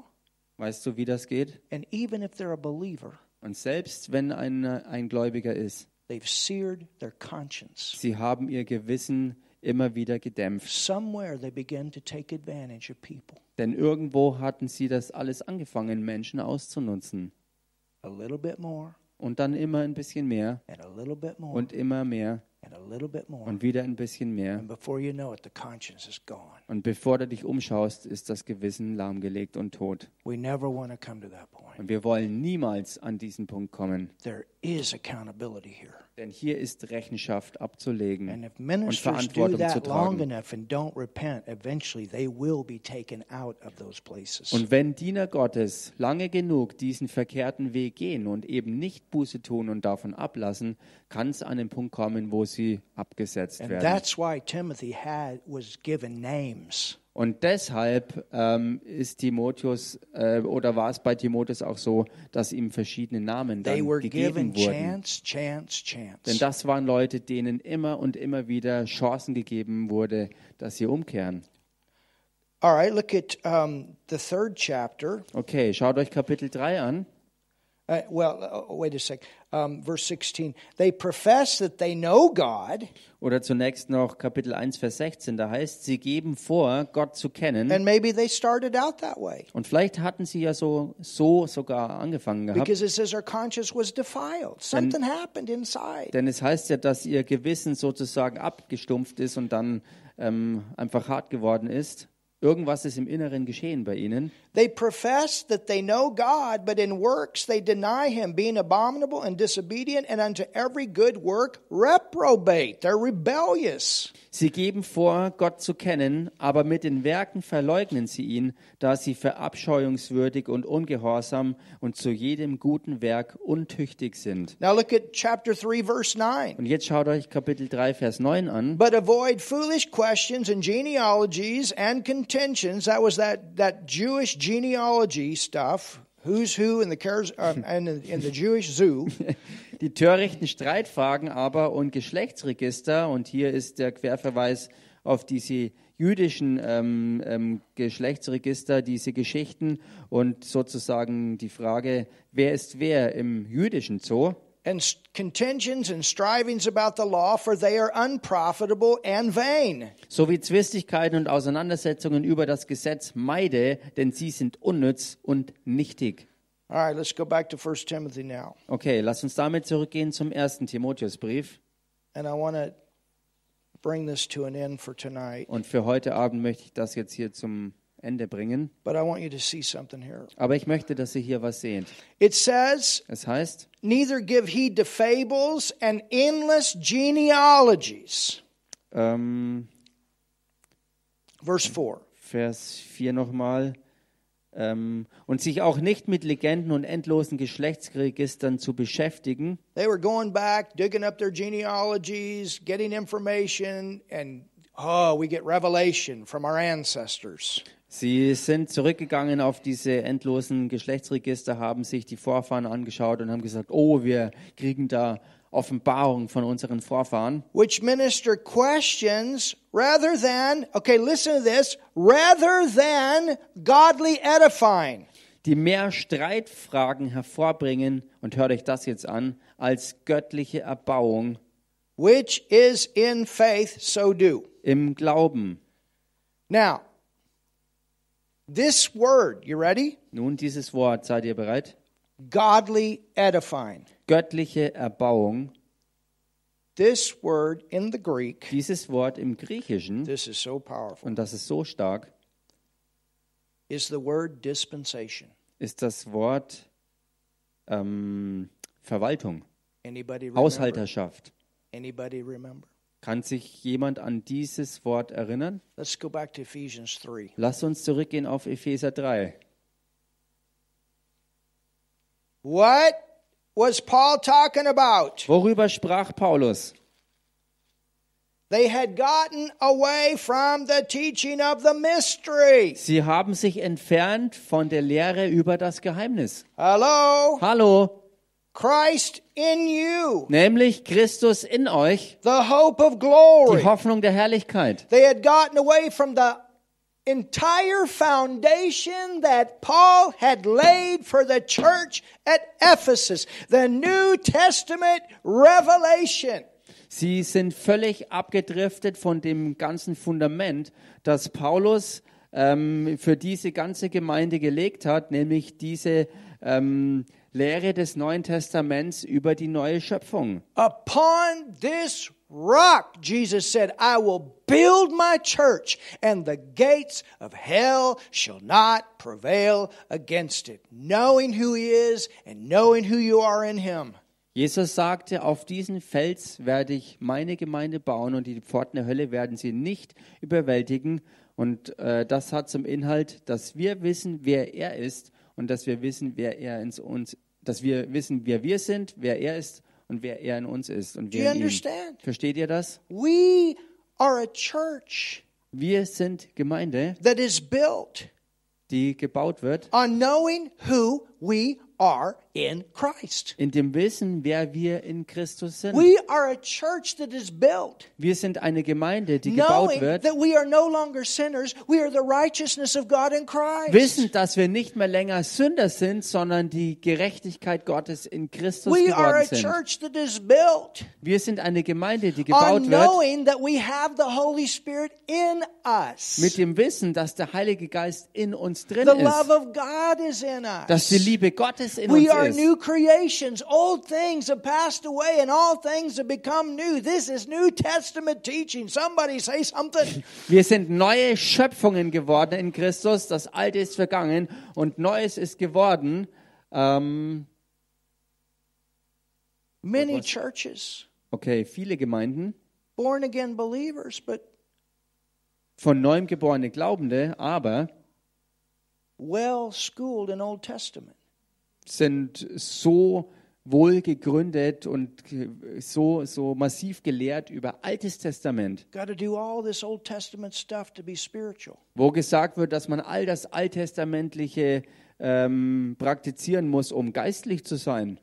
Speaker 2: weißt du, wie das geht?
Speaker 1: And even if they're a believer,
Speaker 2: Und selbst wenn ein, äh, ein Gläubiger ist,
Speaker 1: they've seared their conscience.
Speaker 2: sie haben ihr Gewissen immer wieder gedämpft.
Speaker 1: Somewhere they begin to take advantage of people.
Speaker 2: Denn irgendwo hatten sie das alles angefangen, Menschen auszunutzen.
Speaker 1: A little bit more,
Speaker 2: Und dann immer ein bisschen mehr
Speaker 1: and a little bit more,
Speaker 2: und immer mehr
Speaker 1: and a little bit more.
Speaker 2: und wieder ein bisschen mehr.
Speaker 1: And before you know it, the conscience is gone.
Speaker 2: Und bevor du dich umschaust, ist das Gewissen lahmgelegt und tot.
Speaker 1: We never want to come to that point.
Speaker 2: Und wir wollen niemals an diesen Punkt kommen.
Speaker 1: There is accountability here.
Speaker 2: Denn hier ist Rechenschaft abzulegen
Speaker 1: And if
Speaker 2: und
Speaker 1: ministers do
Speaker 2: Verantwortung zu
Speaker 1: that long
Speaker 2: tragen.
Speaker 1: enough and don't repent, eventually they will be taken out of those places.
Speaker 2: Und wenn Diener Gottes lange genug diesen verkehrten Weg gehen und eben nicht Buße tun und davon ablassen, kann es an den Punkt kommen, wo sie abgesetzt
Speaker 1: And
Speaker 2: werden.
Speaker 1: that's why Timothy had was given names.
Speaker 2: Und deshalb ähm, ist Timotheus äh, oder war es bei Timotheus auch so, dass ihm verschiedene Namen
Speaker 1: They
Speaker 2: dann
Speaker 1: were
Speaker 2: gegeben
Speaker 1: given
Speaker 2: wurden.
Speaker 1: chance, chance,
Speaker 2: Denn
Speaker 1: chance.
Speaker 2: das waren Leute, denen immer und immer wieder Chancen gegeben wurde, dass sie umkehren.
Speaker 1: All right, look at um, the third chapter.
Speaker 2: Okay, schaut euch Kapitel 3 an.
Speaker 1: Uh, well, uh, wait a sec. Um, verse 16. They profess that they know God
Speaker 2: Oder zunächst noch Kapitel 1, Vers 16. Da heißt, sie geben vor, Gott zu kennen.
Speaker 1: and maybe they started out that way
Speaker 2: Und vielleicht hatten sie ja so, so sogar angefangen gehabt.
Speaker 1: because it says our conscience was defiled. Something happened inside.
Speaker 2: Denn es heißt ja, dass ihr Gewissen sozusagen abgestumpft ist und dann ähm, einfach hart geworden ist. Irgendwas ist im Inneren geschehen bei ihnen.
Speaker 1: They profess that they know God, but in works they deny him, being abominable and disobedient and unto every good work reprobate. They're rebellious.
Speaker 2: Sie geben vor, Gott zu kennen, aber mit den Werken verleugnen sie ihn, da sie verabscheuungswürdig und ungehorsam und zu jedem guten Werk untüchtig sind.
Speaker 1: Now look at chapter 3 verse 9.
Speaker 2: Und jetzt schaut euch Kapitel 3, Vers 9 an.
Speaker 1: But avoid foolish questions and genealogies and contentions. That was that, that Jewish genealogy stuff. Who's who in the cares, uh, and in, in the Jewish zoo.
Speaker 2: Die törichten Streitfragen aber und Geschlechtsregister, und hier ist der Querverweis auf diese jüdischen ähm, ähm, Geschlechtsregister, diese Geschichten und sozusagen die Frage, wer ist wer im jüdischen Zoo?
Speaker 1: And s- contentions and strivings about the law, for they are unprofitable and vain.
Speaker 2: Sowie Zwistigkeiten und Auseinandersetzungen über das Gesetz meide, denn sie sind unnütz und nichtig.
Speaker 1: All right, let's go back to 1 Timothy now.
Speaker 2: Okay, lass uns damit zurückgehen zum ersten Timotheusbrief.
Speaker 1: And I want to bring this to an end for tonight,
Speaker 2: Und für heute Abend möchte ich das jetzt hier zum Ende bringen.
Speaker 1: but I want you to see something here.
Speaker 2: Aber ich möchte, dass ihr hier was seht.
Speaker 1: It says,
Speaker 2: Es heißt,
Speaker 1: Neither give heed to fables and endless genealogies.
Speaker 2: ähm,
Speaker 1: Verse 4.
Speaker 2: Vers 4 nochmal, ähm, und sich auch nicht mit Legenden und endlosen Geschlechtsregistern zu beschäftigen.
Speaker 1: They were going back, digging up their genealogies, getting information, and Oh, we get revelation from our ancestors.
Speaker 2: Sie sind zurückgegangen auf diese endlosen Geschlechtsregister, haben sich die Vorfahren angeschaut und haben gesagt, oh, wir kriegen da Offenbarung von unseren Vorfahren.
Speaker 1: which minister questions rather than, okay, listen to this, rather than godly edifying.
Speaker 2: die mehr Streitfragen hervorbringen, und hört euch das jetzt an, als göttliche Erbauung
Speaker 1: Which is in faith, so do.
Speaker 2: im Glauben.
Speaker 1: Now, this word, you ready?
Speaker 2: Nun dieses Wort, seid ihr bereit?
Speaker 1: Godly edifying.
Speaker 2: Göttliche Erbauung.
Speaker 1: This word in the Greek,
Speaker 2: Dieses Wort im Griechischen,
Speaker 1: this is so powerful,
Speaker 2: und das ist so stark,
Speaker 1: is the word dispensation.
Speaker 2: ist das Wort ähm, Verwaltung,
Speaker 1: Anybody remember?
Speaker 2: Haushalterschaft.
Speaker 1: Anybody remember?
Speaker 2: Kann sich jemand an dieses Wort erinnern?
Speaker 1: Let's go back to Ephesians 3.
Speaker 2: Lasst uns zurückgehen auf Epheser 3.
Speaker 1: What was Paul talking about?
Speaker 2: Worüber sprach Paulus?
Speaker 1: They had gotten away from the teaching of the mystery.
Speaker 2: Sie haben sich entfernt von der Lehre über das Geheimnis.
Speaker 1: Hello?
Speaker 2: Hallo,
Speaker 1: Christ in you,
Speaker 2: nämlich Christus in euch,
Speaker 1: the hope of
Speaker 2: die
Speaker 1: glory.
Speaker 2: Hoffnung der Herrlichkeit.
Speaker 1: They had gotten away from the entire foundation that Paul had laid for the church at Ephesus, the New Testament revelation.
Speaker 2: Sie sind völlig abgedriftet von dem ganzen Fundament, das Paulus ähm, für diese ganze Gemeinde gelegt hat, nämlich diese ähm, Lehre des Neuen Testaments über die neue Schöpfung.
Speaker 1: Upon this rock, Jesus said, I will build my church, and the gates of hell shall not prevail against it. Knowing who He is and knowing who you are in Him.
Speaker 2: Jesus sagte, auf diesen Fels werde ich meine Gemeinde bauen und die Pforten der Hölle werden sie nicht überwältigen. Und äh, das hat zum Inhalt, dass wir wissen, wer er ist und dass wir wissen, wer er in uns, dass wir wissen, wer wir sind, wer er ist und wer er in uns ist. Und
Speaker 1: Do
Speaker 2: wir
Speaker 1: you
Speaker 2: in ihm.
Speaker 1: understand?
Speaker 2: Versteht ihr das?
Speaker 1: We are a church
Speaker 2: Wir sind Gemeinde,
Speaker 1: that is built
Speaker 2: die gebaut wird,
Speaker 1: on knowing who we are in Christ.
Speaker 2: in dem Wissen, wer wir in Christus sind.
Speaker 1: We are a church that is built
Speaker 2: Wir sind eine Gemeinde, die gebaut
Speaker 1: knowing
Speaker 2: wird,
Speaker 1: that we are no longer sinners, we are the righteousness of God in Christ.
Speaker 2: wissen, dass wir nicht mehr länger Sünder sind, sondern die Gerechtigkeit Gottes in Christus
Speaker 1: We are
Speaker 2: geworden
Speaker 1: a
Speaker 2: sind.
Speaker 1: church that is built
Speaker 2: Wir sind eine Gemeinde, die
Speaker 1: on
Speaker 2: gebaut wird
Speaker 1: knowing that we have the Holy Spirit in
Speaker 2: mit
Speaker 1: us.
Speaker 2: dem Wissen, dass der Heilige Geist in uns drin
Speaker 1: The love
Speaker 2: ist,
Speaker 1: of God is in
Speaker 2: dass die
Speaker 1: us.
Speaker 2: Liebe Gottes in
Speaker 1: We
Speaker 2: uns
Speaker 1: are
Speaker 2: ist.
Speaker 1: new creations. Old things have passed away and all things have become new. This is New Testament teaching. Somebody say something.
Speaker 2: Wir sind neue Schöpfungen geworden in Christus. Das Alte ist vergangen und Neues ist geworden. Ähm,
Speaker 1: Many churches,
Speaker 2: okay, viele Gemeinden
Speaker 1: born again believers, but
Speaker 2: von neuem geborene Glaubende, aber
Speaker 1: well schooled in Old Testament.
Speaker 2: sind so wohl gegründet und ge- so, so massiv gelehrt über Altes Testament,
Speaker 1: Got to do all this Old Testament stuff to be spiritual.
Speaker 2: wo gesagt wird, dass man all das Alttestamentliche ähm, praktizieren muss, um geistlich zu sein.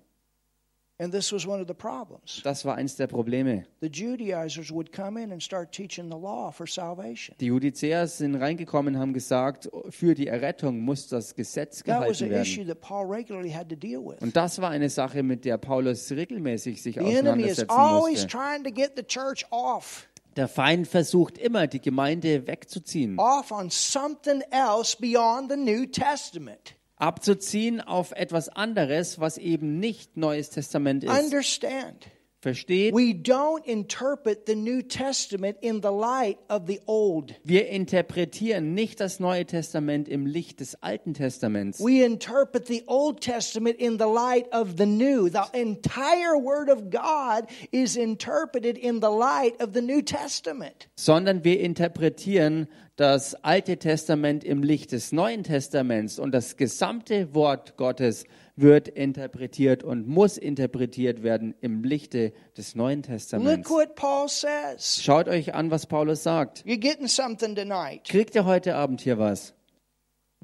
Speaker 1: And this was one of the problems.
Speaker 2: Das war eins der Probleme.
Speaker 1: the Judaizers would come in and start teaching the law for salvation.
Speaker 2: Die Judizäer sind reingekommen und haben gesagt, für die Errettung muss das Gesetz
Speaker 1: That was
Speaker 2: gehalten
Speaker 1: an issue
Speaker 2: werden.
Speaker 1: that Paul regularly had to deal with.
Speaker 2: Und das war eine Sache, mit der Paulus regelmäßig sich
Speaker 1: The enemy is
Speaker 2: auseinandersetzen
Speaker 1: always
Speaker 2: musste.
Speaker 1: trying to get the church off,
Speaker 2: Der Feind versucht immer, die Gemeinde wegzuziehen.
Speaker 1: off on something else beyond the New Testament.
Speaker 2: abzuziehen auf etwas anderes, was eben nicht Neues Testament ist.
Speaker 1: Understand,
Speaker 2: Versteht?
Speaker 1: we don't interpret the New Testament in the light of the Old.
Speaker 2: Wir interpretieren nicht das Neue Testament im Licht des Alten Testaments.
Speaker 1: We interpret the Old Testament in the light of the New. The entire Word of God is interpreted in the light of the New Testament.
Speaker 2: sondern wir interpretieren das Alte Testament im Licht des Neuen Testaments und das gesamte Wort Gottes wird interpretiert und muss interpretiert werden im Lichte des Neuen
Speaker 1: Look
Speaker 2: Testaments.
Speaker 1: what Paul says.
Speaker 2: Schaut euch an, was Paulus sagt.
Speaker 1: You're getting something tonight.
Speaker 2: Kriegt ihr heute Abend hier was?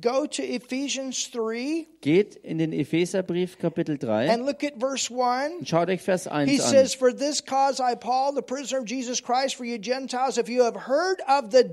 Speaker 1: Go to Ephesians 3
Speaker 2: Geht in den Epheserbrief Kapitel 3
Speaker 1: and look at verse 1.
Speaker 2: und schaut euch Vers 1
Speaker 1: He
Speaker 2: an.
Speaker 1: says, For this cause I, Paul, the prisoner of Jesus Christ, for you Gentiles, if you have heard of the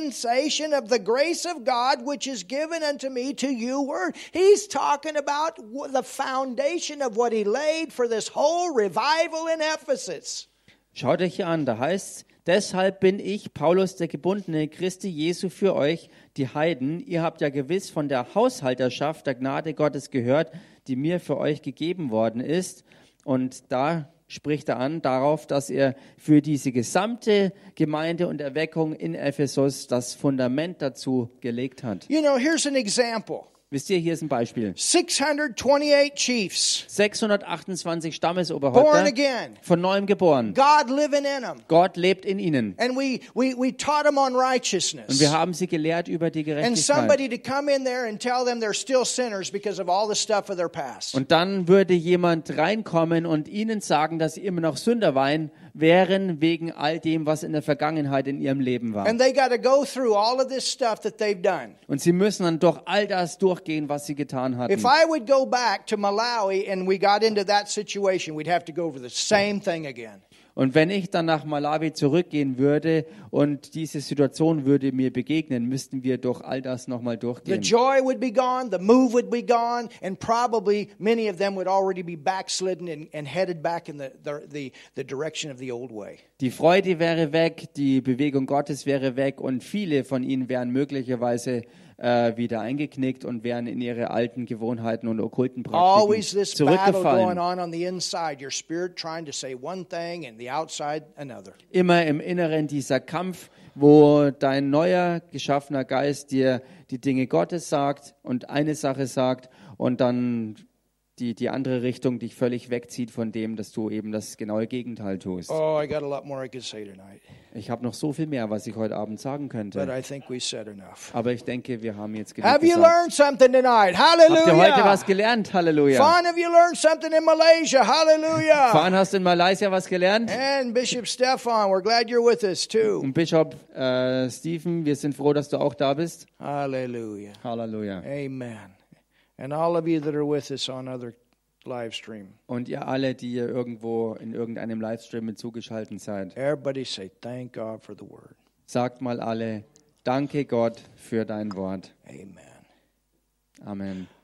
Speaker 1: dispensation of the grace of God which is given unto me to you word. He's talking about w- the foundation of what he laid for this whole revival in Ephesus.
Speaker 2: Schaut euch hier an, da heißt Deshalb bin ich, Paulus der Gebundene, Christi Jesu für euch, die Heiden. Ihr habt ja gewiss von der Haushalterschaft der Gnade Gottes gehört, die mir für euch gegeben worden ist. Und da spricht er an darauf, dass er für diese gesamte Gemeinde und Erweckung in Ephesus das Fundament dazu gelegt hat.
Speaker 1: You know, here's an example
Speaker 2: Wisst ihr, hier ist ein Beispiel.
Speaker 1: 628 chiefs,
Speaker 2: 628
Speaker 1: born
Speaker 2: Stammesoberhäupter,
Speaker 1: again,
Speaker 2: von neuem geboren.
Speaker 1: God living in them.
Speaker 2: Gott lebt in ihnen.
Speaker 1: And we, we, we taught them on righteousness.
Speaker 2: Und wir haben sie gelehrt über die
Speaker 1: and
Speaker 2: Gerechtigkeit.
Speaker 1: somebody to come in there and tell them they're still sinners because of all the stuff of their past.
Speaker 2: Und dann würde jemand reinkommen und ihnen sagen, dass sie immer noch Sünder wein- wären wegen all dem, was in der Vergangenheit in ihrem Leben war.
Speaker 1: And they got to go through all of this stuff that they've done.
Speaker 2: Und sie müssen dann durch all das durchgehen, was sie getan hatten.
Speaker 1: If I would go back to Malawi and we got into that situation, we'd have to go over the same thing again.
Speaker 2: Und wenn ich dann nach Malawi zurückgehen würde und diese Situation würde mir begegnen, müssten wir durch all das nochmal
Speaker 1: The
Speaker 2: durchgehen.
Speaker 1: joy would be gone, the move would be gone, and probably many of them would already be backslidden and, and headed back in the, the, the, the direction of the old way.
Speaker 2: Die Freude wäre weg, die Bewegung Gottes wäre weg und viele von ihnen wären möglicherweise äh, wieder eingeknickt und wären in ihre alten Gewohnheiten und okkulten Praktiken
Speaker 1: Always this battle going
Speaker 2: zurückgefallen.
Speaker 1: on on the inside, your spirit trying to say one thing and the outside another.
Speaker 2: Immer im Inneren dieser Kampf, wo dein neuer geschaffener Geist dir die Dinge Gottes sagt und eine Sache sagt und dann die, die andere Richtung dich völlig wegzieht von dem, dass du eben das genaue Gegenteil tust.
Speaker 1: Oh, I got a lot more I could say tonight,
Speaker 2: Ich habe noch so viel mehr, was ich heute Abend sagen
Speaker 1: but
Speaker 2: könnte.
Speaker 1: I think we said enough.
Speaker 2: Aber ich denke, wir haben jetzt genug
Speaker 1: Have you
Speaker 2: gesagt.
Speaker 1: learned something tonight?
Speaker 2: Habt ihr heute was
Speaker 1: Hallelujah.
Speaker 2: gelernt? Halleluja.
Speaker 1: Fun, have you learned something in Malaysia? Hallelujah.
Speaker 2: Fahren hast du in Malaysia was gelernt?
Speaker 1: And Bishop Stefan, we're glad you're with us too.
Speaker 2: Und Bischof äh, Stephen, wir sind froh, dass du auch da bist.
Speaker 1: Mm-hmm. Hallelujah.
Speaker 2: Halleluja.
Speaker 1: Amen. And all of you that are with us on other live stream,
Speaker 2: Und ihr alle, die ihr irgendwo in irgendeinem Livestream mit zugeschaltet seid,
Speaker 1: everybody say thank God for the word.
Speaker 2: sagt mal alle, danke Gott für dein Wort.
Speaker 1: Amen.
Speaker 2: Amen.